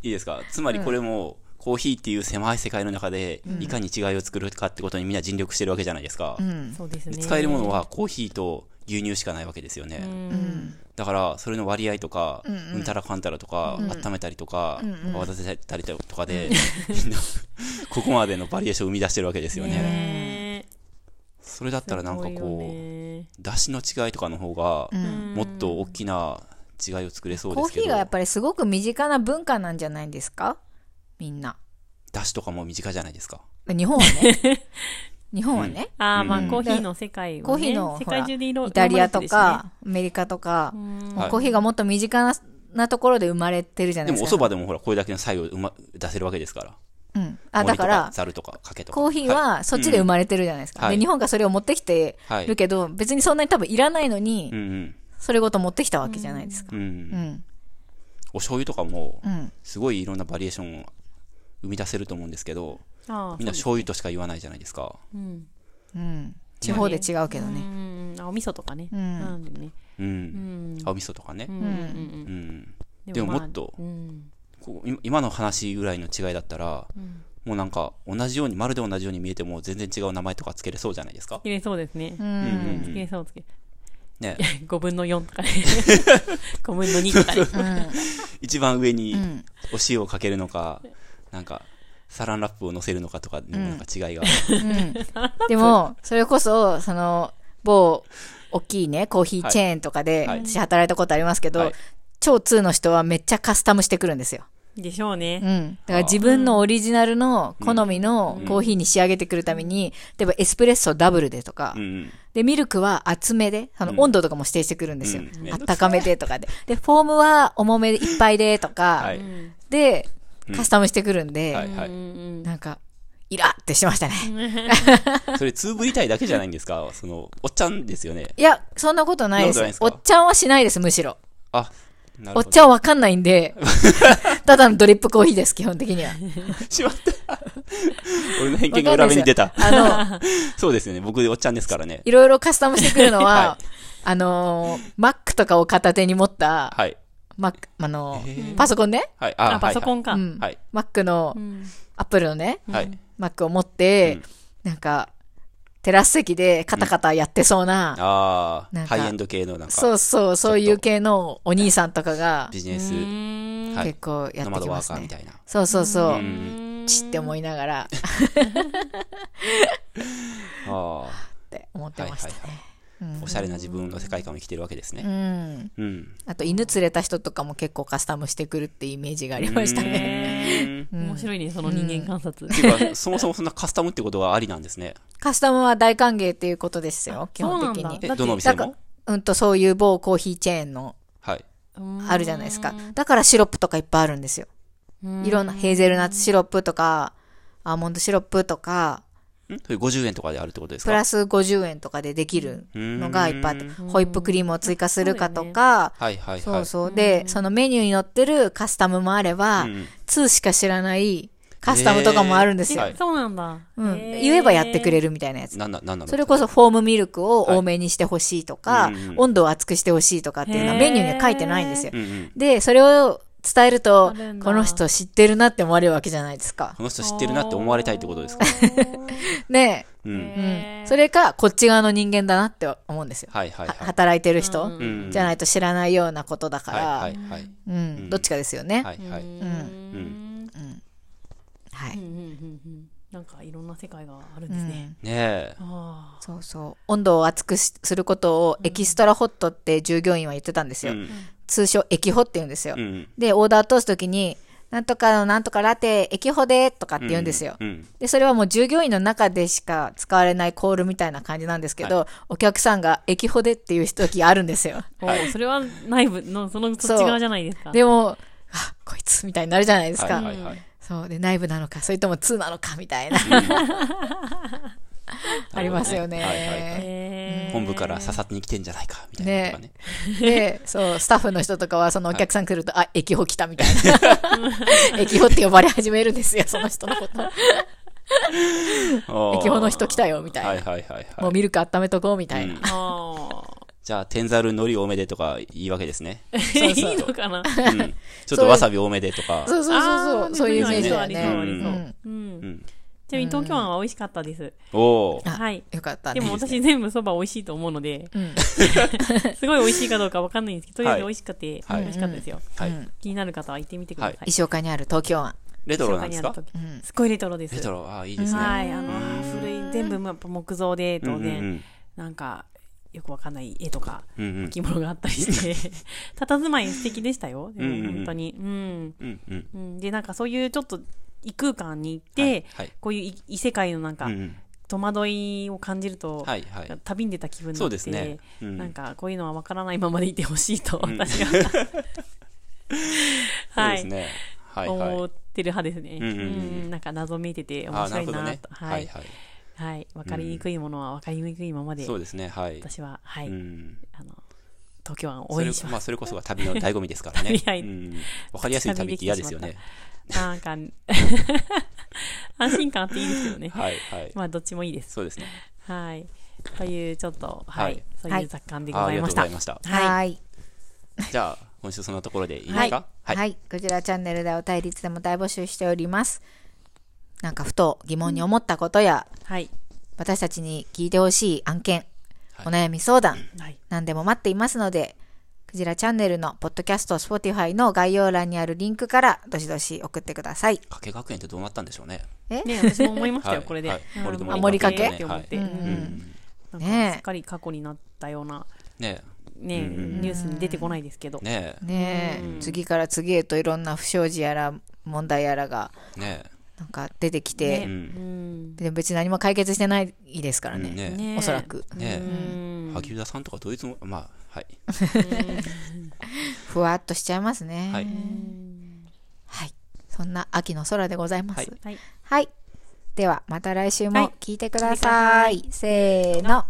[SPEAKER 3] いですかつまりこれも、コーヒーっていう狭い世界の中で、いかに違いを作るかってことにみんな尽力してるわけじゃないですか。
[SPEAKER 1] うん。
[SPEAKER 2] そうですね。
[SPEAKER 3] 使えるものはコーヒーと牛乳しかないわけですよね。
[SPEAKER 1] うん。
[SPEAKER 3] だから、それの割合とか、うんたらかんたらとか、温めたりとか、泡立てたりとかで、みんな、 *laughs* ここまでのバリエーションを生み出してるわけですよね。
[SPEAKER 2] ねえ。
[SPEAKER 3] それだったらなんか
[SPEAKER 2] す
[SPEAKER 3] こ
[SPEAKER 2] ご
[SPEAKER 3] う、
[SPEAKER 2] いよね
[SPEAKER 3] 出汁の違いとかの方が、もっと大きな違いを作れそうで
[SPEAKER 1] コー
[SPEAKER 3] すけ
[SPEAKER 1] ヒ
[SPEAKER 3] ど。
[SPEAKER 1] ーがやっぱりすごく身近な文化なんじゃないですかみんな。
[SPEAKER 3] 出汁とかも身近じゃないですか。
[SPEAKER 1] 日本はね。日本はね。
[SPEAKER 2] ああ、まあ、
[SPEAKER 3] うん
[SPEAKER 2] コーヒーの世界は、ね、
[SPEAKER 1] コーヒーの、
[SPEAKER 2] 世
[SPEAKER 1] ほら
[SPEAKER 2] 界中でいろ
[SPEAKER 1] イタリアとか、アメリカとか、
[SPEAKER 2] ん
[SPEAKER 1] もうコーヒーがもっと身近ななところで生まれてるじゃな
[SPEAKER 3] で
[SPEAKER 1] いで
[SPEAKER 3] もお
[SPEAKER 1] す
[SPEAKER 3] 蕎
[SPEAKER 1] か。
[SPEAKER 3] 麦でもほら、これだけの作業をうま出せるわけですから。
[SPEAKER 1] うん。あ、だか
[SPEAKER 3] 森と
[SPEAKER 1] ら、
[SPEAKER 3] ざるとか、かけとか。
[SPEAKER 1] コーヒーはそっちで生まれてるじゃないですか。
[SPEAKER 3] はい
[SPEAKER 1] で、日本がそれを持ってきて
[SPEAKER 3] はい
[SPEAKER 1] るけど、別にそんなに多分いらないのに、
[SPEAKER 3] い、うん
[SPEAKER 1] それごと持ってきたわけじゃないですか。
[SPEAKER 3] うん。うん
[SPEAKER 1] う。ん。
[SPEAKER 3] お醤油とかも
[SPEAKER 1] う、ん。
[SPEAKER 3] すごいいろんなバリエーションを生み出せると思うんですけど、
[SPEAKER 2] ああ、
[SPEAKER 3] みんな醤油としか言わないじゃないですか。
[SPEAKER 2] うん。
[SPEAKER 1] うん。地方で違うけど
[SPEAKER 2] う
[SPEAKER 1] ね。
[SPEAKER 2] ん。あ、お味噌とかね。
[SPEAKER 1] うん
[SPEAKER 2] なんでね。
[SPEAKER 3] うん。
[SPEAKER 2] うん。
[SPEAKER 3] 青味噌とかね
[SPEAKER 2] う。んうんうん
[SPEAKER 3] うん。
[SPEAKER 2] うん
[SPEAKER 3] でも
[SPEAKER 2] まあ
[SPEAKER 3] もっと
[SPEAKER 2] うん。
[SPEAKER 3] こうい今の話ぐらいの違いだったら、もうなんか、同じように、まるで同じように見えても、全然違う名前とかつけれそうじゃないですか。
[SPEAKER 2] 入れそうですね。
[SPEAKER 1] うん。
[SPEAKER 3] うんうん
[SPEAKER 2] つけそうつけ。
[SPEAKER 3] ね。
[SPEAKER 2] 5分の4とかね。5分の2とかね。
[SPEAKER 3] 一番上に
[SPEAKER 1] ん
[SPEAKER 3] お塩をかけるのか、なんか、サランラップを乗せるのかとか、なんか違いが。
[SPEAKER 1] うんでも、それこそ、その、某、大きいね、コーヒーチェーンとかで、
[SPEAKER 3] はい
[SPEAKER 1] 私働いたことありますけど、
[SPEAKER 3] はい
[SPEAKER 1] 超通の人はめっちゃカスタムしてくるんですよ。
[SPEAKER 2] でしょう
[SPEAKER 1] う
[SPEAKER 2] ね。
[SPEAKER 1] ん。だから自分のオリジナルの好みのコーヒーに仕上げてくるために、例えばエスプレッソダブルでとか
[SPEAKER 3] う、ん。
[SPEAKER 1] で、ミルクは厚めで、あの、温度とかも指定してくるんですよ
[SPEAKER 3] うん。
[SPEAKER 1] あったかめでとかで。で、フォームは重めでいっぱいでと
[SPEAKER 3] は
[SPEAKER 1] か
[SPEAKER 3] い、。
[SPEAKER 1] で、カスタムしてくるん
[SPEAKER 3] は
[SPEAKER 1] で、
[SPEAKER 3] いは
[SPEAKER 2] うん
[SPEAKER 3] い。
[SPEAKER 2] うん。
[SPEAKER 1] なんか、イラってしましたね。
[SPEAKER 3] それ、つぶりたいだけじゃないんですかその、おっちゃんですよね。
[SPEAKER 1] いや、そんなことないで
[SPEAKER 3] そんな
[SPEAKER 1] す。
[SPEAKER 3] こと
[SPEAKER 1] お
[SPEAKER 3] ないです
[SPEAKER 1] っ
[SPEAKER 3] か
[SPEAKER 1] ちゃんはしないです、むしろ。
[SPEAKER 3] あ、なる
[SPEAKER 1] お
[SPEAKER 3] ほ
[SPEAKER 1] っ
[SPEAKER 3] ど。
[SPEAKER 1] ちゃんわかんないん
[SPEAKER 3] *laughs*
[SPEAKER 1] で、ただのドリップコーヒーです、基本的には。
[SPEAKER 3] しまった。 *laughs* 俺の偏見が裏目に出
[SPEAKER 1] わ
[SPEAKER 3] た
[SPEAKER 1] か。んないですあの、
[SPEAKER 3] そうですよね。僕、おっちゃんですからね。
[SPEAKER 1] いろいろカスタムしてくるのは、
[SPEAKER 3] *laughs* は
[SPEAKER 1] あのー、Mac とかを片手に持った、
[SPEAKER 3] はい。
[SPEAKER 1] Mac、あのー
[SPEAKER 3] へー
[SPEAKER 1] パソコンね。
[SPEAKER 3] はい。
[SPEAKER 2] あ、パソコ
[SPEAKER 3] ン。
[SPEAKER 2] ンか
[SPEAKER 1] う。ん。
[SPEAKER 3] はい。
[SPEAKER 1] Mac の
[SPEAKER 2] う、ん
[SPEAKER 1] Apple のね、
[SPEAKER 3] はい。はい
[SPEAKER 1] Mac を持って、なんか、テラス席でカタカタやってそうな、
[SPEAKER 3] あ
[SPEAKER 1] な
[SPEAKER 3] あ、
[SPEAKER 1] んか
[SPEAKER 3] ハイエンド系のなんか、
[SPEAKER 1] そうそう、そういう系のお兄さんとかが、
[SPEAKER 3] ビジネ
[SPEAKER 2] う
[SPEAKER 3] ス、
[SPEAKER 2] ーん。
[SPEAKER 3] はい
[SPEAKER 1] 結構や
[SPEAKER 3] ノ
[SPEAKER 1] って
[SPEAKER 3] マド
[SPEAKER 1] き
[SPEAKER 3] ワ
[SPEAKER 1] ま
[SPEAKER 3] ー
[SPEAKER 1] す
[SPEAKER 3] カーみ
[SPEAKER 1] ね。
[SPEAKER 3] たいな。
[SPEAKER 1] そうそうそうう。
[SPEAKER 3] ん。
[SPEAKER 1] ちって思いながら、
[SPEAKER 3] ああ。
[SPEAKER 1] って思ってましたね。
[SPEAKER 3] はいはいはいおしゃれな自分の世界観を生きてるわけです
[SPEAKER 1] う
[SPEAKER 3] ね。
[SPEAKER 1] ん。
[SPEAKER 3] うん。
[SPEAKER 1] あと、犬連れた人とかも結構カスタムしてくるってイメージがありましたね。
[SPEAKER 3] ね。
[SPEAKER 2] 面白いね、その人間観察。
[SPEAKER 3] っていう
[SPEAKER 1] *laughs*
[SPEAKER 3] か、そもそもそんなカスタムってことはありなんですね。
[SPEAKER 1] カスタムは大歓迎っていうことですよ、基本的
[SPEAKER 2] そうなん
[SPEAKER 1] に
[SPEAKER 2] だ。
[SPEAKER 3] え、
[SPEAKER 2] だって
[SPEAKER 3] どのお
[SPEAKER 1] な
[SPEAKER 3] 店
[SPEAKER 1] んか
[SPEAKER 3] も、
[SPEAKER 1] うんと、そういう某コーヒーチェーンの
[SPEAKER 3] はい。
[SPEAKER 2] うん
[SPEAKER 1] あるじゃないですか。だからシロップとかいっぱいあるんですよ。いろんなヘーゼルナッツシロップとか、アーモンドシロップとか、
[SPEAKER 3] んそれ50円とかであるってことです
[SPEAKER 1] プ
[SPEAKER 3] か
[SPEAKER 1] ラス50円とかでできるのがいっぱいあって、
[SPEAKER 3] う
[SPEAKER 1] ホイップクリームを追加するかとか、
[SPEAKER 3] はいはいはい。
[SPEAKER 1] そうそう。で、そのメニューに載ってるカスタムもあれば、
[SPEAKER 3] うん
[SPEAKER 1] 2しか知らないカスタムとかもあるんですよ。
[SPEAKER 3] はい
[SPEAKER 2] えそうなんだ。
[SPEAKER 1] うん、言えばやってく
[SPEAKER 2] る。
[SPEAKER 1] れるみたいなやつ。
[SPEAKER 3] なんな、なんなの
[SPEAKER 1] それこそフォームミルクを多めにしてほしいとか、
[SPEAKER 3] はいうんうん
[SPEAKER 1] 温度を熱くしてほしいとかっていうのはメニューには書いてないんですよ。
[SPEAKER 3] うんうん。
[SPEAKER 1] で、それを伝えると
[SPEAKER 2] あるん、だ
[SPEAKER 1] この人知ってるなって思われるわけじゃないですか
[SPEAKER 3] *laughs* こ。の人知ってるなって思われたいってことですか。
[SPEAKER 1] ね
[SPEAKER 3] うん。
[SPEAKER 1] え。
[SPEAKER 2] へー
[SPEAKER 1] うん。それか、こっち側の人間だなって思うんですよ。
[SPEAKER 3] はいはい
[SPEAKER 1] は
[SPEAKER 3] はい。
[SPEAKER 1] 働いてる人、
[SPEAKER 3] うん
[SPEAKER 1] じゃないと知らないようなことだから、
[SPEAKER 3] はいはいはい。
[SPEAKER 1] うん、どっちかですよね。は。
[SPEAKER 3] はいいはい。
[SPEAKER 2] うんうんうんうんうんなんかいろんな世界があるんですね。
[SPEAKER 3] ねえ。
[SPEAKER 2] あ
[SPEAKER 1] そうそう。温度を熱くしすることをエキストラホットって従業員は言ってたんです
[SPEAKER 3] う
[SPEAKER 1] よ。
[SPEAKER 3] ん。
[SPEAKER 1] 通称、エキホって言うんですよ。
[SPEAKER 3] うん。
[SPEAKER 1] で、オーダー通すときに、なんとかのなんとかラテ、エキホでとかって言うんですよ。
[SPEAKER 3] うん。
[SPEAKER 1] で、それはもう従業員の中でしか使われないコールみたいな感じなんですけど、お客さんが駅ほでっていう時あるんですよ。
[SPEAKER 2] あ、おそれは内
[SPEAKER 1] *laughs*
[SPEAKER 2] 部のそのそっち側じゃないですか。
[SPEAKER 1] でも、あ、こいつみたいになるじゃないです
[SPEAKER 3] はい
[SPEAKER 1] か。
[SPEAKER 3] はいはい。
[SPEAKER 1] そう。で、内部なのか、それとも2なのかみたいな、ありますよね。
[SPEAKER 3] はいはいはい。
[SPEAKER 2] へー
[SPEAKER 3] 本部から刺さってに来てんじゃないか、みたいなとかね。
[SPEAKER 1] で、そう、スタッフの人とかは、そのお客さん来ると、あ、駅保来たみたいな。 *laughs* 駅保って呼ばれ始めるんですよ、その人のこと。
[SPEAKER 3] おー
[SPEAKER 1] 駅保の人来たよ、みたいな。
[SPEAKER 3] はいはいはい
[SPEAKER 1] も
[SPEAKER 3] は
[SPEAKER 1] う
[SPEAKER 3] い。
[SPEAKER 1] ミルク温めとこう、みたいな。
[SPEAKER 3] うん
[SPEAKER 2] あ
[SPEAKER 3] じゃあ、天ざるのり多めでとかいいわけで
[SPEAKER 2] *laughs*
[SPEAKER 3] すね。
[SPEAKER 2] ーいいのかな。
[SPEAKER 3] うん。ちょっとわさび多めでとか。
[SPEAKER 1] そうそうそう
[SPEAKER 2] あ
[SPEAKER 1] そ
[SPEAKER 2] ー
[SPEAKER 1] う、そういうイメージだよ
[SPEAKER 2] ありそう
[SPEAKER 1] ね。
[SPEAKER 2] ありそう
[SPEAKER 1] うん
[SPEAKER 2] うん
[SPEAKER 3] うん。
[SPEAKER 2] ちなみに東京湾は美味しかったです。
[SPEAKER 3] おー。
[SPEAKER 1] あ
[SPEAKER 2] はい。
[SPEAKER 1] よかった
[SPEAKER 2] で
[SPEAKER 1] ね。
[SPEAKER 2] も私全部そば美味しいと思う
[SPEAKER 1] *laughs*
[SPEAKER 2] ので、
[SPEAKER 1] うん
[SPEAKER 2] すごい美味しいかどうかわかんないんですけど、とりあえず
[SPEAKER 3] は
[SPEAKER 2] 美
[SPEAKER 3] い
[SPEAKER 2] 味しくて、
[SPEAKER 3] はい
[SPEAKER 2] 美味しかったですよ。
[SPEAKER 3] は
[SPEAKER 1] う
[SPEAKER 3] い。
[SPEAKER 1] ん
[SPEAKER 2] 気になる方は行ってみてください。
[SPEAKER 1] 石岡にある東京湾。
[SPEAKER 3] レトロなんですか
[SPEAKER 2] 静岡にある
[SPEAKER 1] うん
[SPEAKER 2] 時すっごいレトロです。
[SPEAKER 3] レトロ、ああ、いいですね。
[SPEAKER 2] はい、あの、古い、全部やっぱ木造で、
[SPEAKER 3] うん
[SPEAKER 2] 当
[SPEAKER 3] うんう
[SPEAKER 2] 然、
[SPEAKER 3] ん
[SPEAKER 2] なんか、よくわかんない絵とか、
[SPEAKER 3] うんうん
[SPEAKER 2] 着物があったり
[SPEAKER 3] *laughs*
[SPEAKER 2] して、佇まい素敵でしたよ。で
[SPEAKER 3] うんうんう
[SPEAKER 2] も
[SPEAKER 3] ん
[SPEAKER 2] 本当に。うん。
[SPEAKER 3] うんうん
[SPEAKER 2] うんで、なんかそういうちょっと異空間に行っ
[SPEAKER 3] は
[SPEAKER 2] て
[SPEAKER 3] い、はい
[SPEAKER 2] こういう異異世界のなんか
[SPEAKER 3] う、んうん
[SPEAKER 2] 戸惑いを感じると、
[SPEAKER 3] はいはい
[SPEAKER 2] 旅に出た気分に
[SPEAKER 3] そ
[SPEAKER 2] なっ
[SPEAKER 3] う
[SPEAKER 2] て
[SPEAKER 3] ですねうん
[SPEAKER 2] なんかこういうのはわからないままでいてほしいと
[SPEAKER 3] ん
[SPEAKER 2] 私が、
[SPEAKER 3] *laughs* そう
[SPEAKER 2] は
[SPEAKER 3] です
[SPEAKER 2] い、
[SPEAKER 3] ね。はい
[SPEAKER 2] 思
[SPEAKER 3] は
[SPEAKER 2] っ
[SPEAKER 3] い。
[SPEAKER 2] てる派ですね、
[SPEAKER 3] うんうんうん
[SPEAKER 2] うんなんか謎めいてて
[SPEAKER 3] あ
[SPEAKER 2] 面
[SPEAKER 3] あ、な
[SPEAKER 2] 白
[SPEAKER 3] る
[SPEAKER 2] い
[SPEAKER 3] ほど
[SPEAKER 2] な
[SPEAKER 3] ね
[SPEAKER 2] と。は
[SPEAKER 3] はいい、はい。
[SPEAKER 2] はい、わかりにくいものはわかりにくいままで、
[SPEAKER 3] そうですね、はい。
[SPEAKER 2] 私は、はい
[SPEAKER 3] うん。
[SPEAKER 2] あの東京湾を
[SPEAKER 3] そ
[SPEAKER 2] 応
[SPEAKER 3] れ
[SPEAKER 2] 援しま
[SPEAKER 3] まあ、それこそが旅の醍醐味で
[SPEAKER 2] *laughs*
[SPEAKER 3] すから
[SPEAKER 2] と
[SPEAKER 3] ね。
[SPEAKER 2] りあえず
[SPEAKER 3] うんわかりやすい旅って嫌ですよね。
[SPEAKER 2] す。なんか *laughs* 安心感あっていいですけどね。
[SPEAKER 3] はいはい。
[SPEAKER 2] まあどっちもいいです。
[SPEAKER 3] そうですね。
[SPEAKER 2] はい、というちょっとはい、
[SPEAKER 3] はい
[SPEAKER 2] そういう雑感でご
[SPEAKER 3] ああ
[SPEAKER 2] ざ
[SPEAKER 3] り
[SPEAKER 2] い
[SPEAKER 3] がと
[SPEAKER 2] ました。
[SPEAKER 3] うございました。
[SPEAKER 2] は
[SPEAKER 1] はい。
[SPEAKER 3] じゃあ、今週そんなところでいいですか
[SPEAKER 1] はい、。こちらチャンネルではお便りいつでも大募集しております。なんかふと疑問に思ったことや、
[SPEAKER 2] はい、
[SPEAKER 1] 私たちに聞いてほしい案件、
[SPEAKER 3] はい
[SPEAKER 1] お悩み相談、
[SPEAKER 2] はい、
[SPEAKER 1] 何でも待っていますので、クジラチャンネルのポッドキャスト、Spotify の概要欄にあるリンクからどしどし送ってください。
[SPEAKER 3] 加計学園ってどうなったんでしょうね。
[SPEAKER 1] え、
[SPEAKER 2] ね、私も思いましたよ、
[SPEAKER 3] はい
[SPEAKER 2] これで。
[SPEAKER 3] はい森友
[SPEAKER 1] あ森かけ
[SPEAKER 2] って思って。
[SPEAKER 3] は
[SPEAKER 2] う
[SPEAKER 3] いうんん。
[SPEAKER 2] なん
[SPEAKER 1] ねえ
[SPEAKER 2] かすっかり過去になったような、
[SPEAKER 3] ね
[SPEAKER 2] ね、ニュースに出てこないですけど
[SPEAKER 3] え、。ね
[SPEAKER 1] ねえ、次から次へといろんな不祥事やら問題やらが
[SPEAKER 3] え、ねえ。
[SPEAKER 1] なんか出てき
[SPEAKER 2] ね
[SPEAKER 1] て、
[SPEAKER 2] うん
[SPEAKER 1] でも別に何も解決してないですからね、
[SPEAKER 3] ね
[SPEAKER 2] ねえ
[SPEAKER 1] おそらく。
[SPEAKER 3] ね
[SPEAKER 2] うん
[SPEAKER 3] え。萩生田さんとかドイツも、まあ、はい。
[SPEAKER 1] ふわっとしちゃいますね。
[SPEAKER 3] はい
[SPEAKER 1] はい。そんな秋の空でございます。はい。
[SPEAKER 2] はい。
[SPEAKER 1] では、また来週
[SPEAKER 2] はい
[SPEAKER 1] も聞いてくだ
[SPEAKER 2] 聞
[SPEAKER 1] さ
[SPEAKER 2] い
[SPEAKER 1] い。せーの。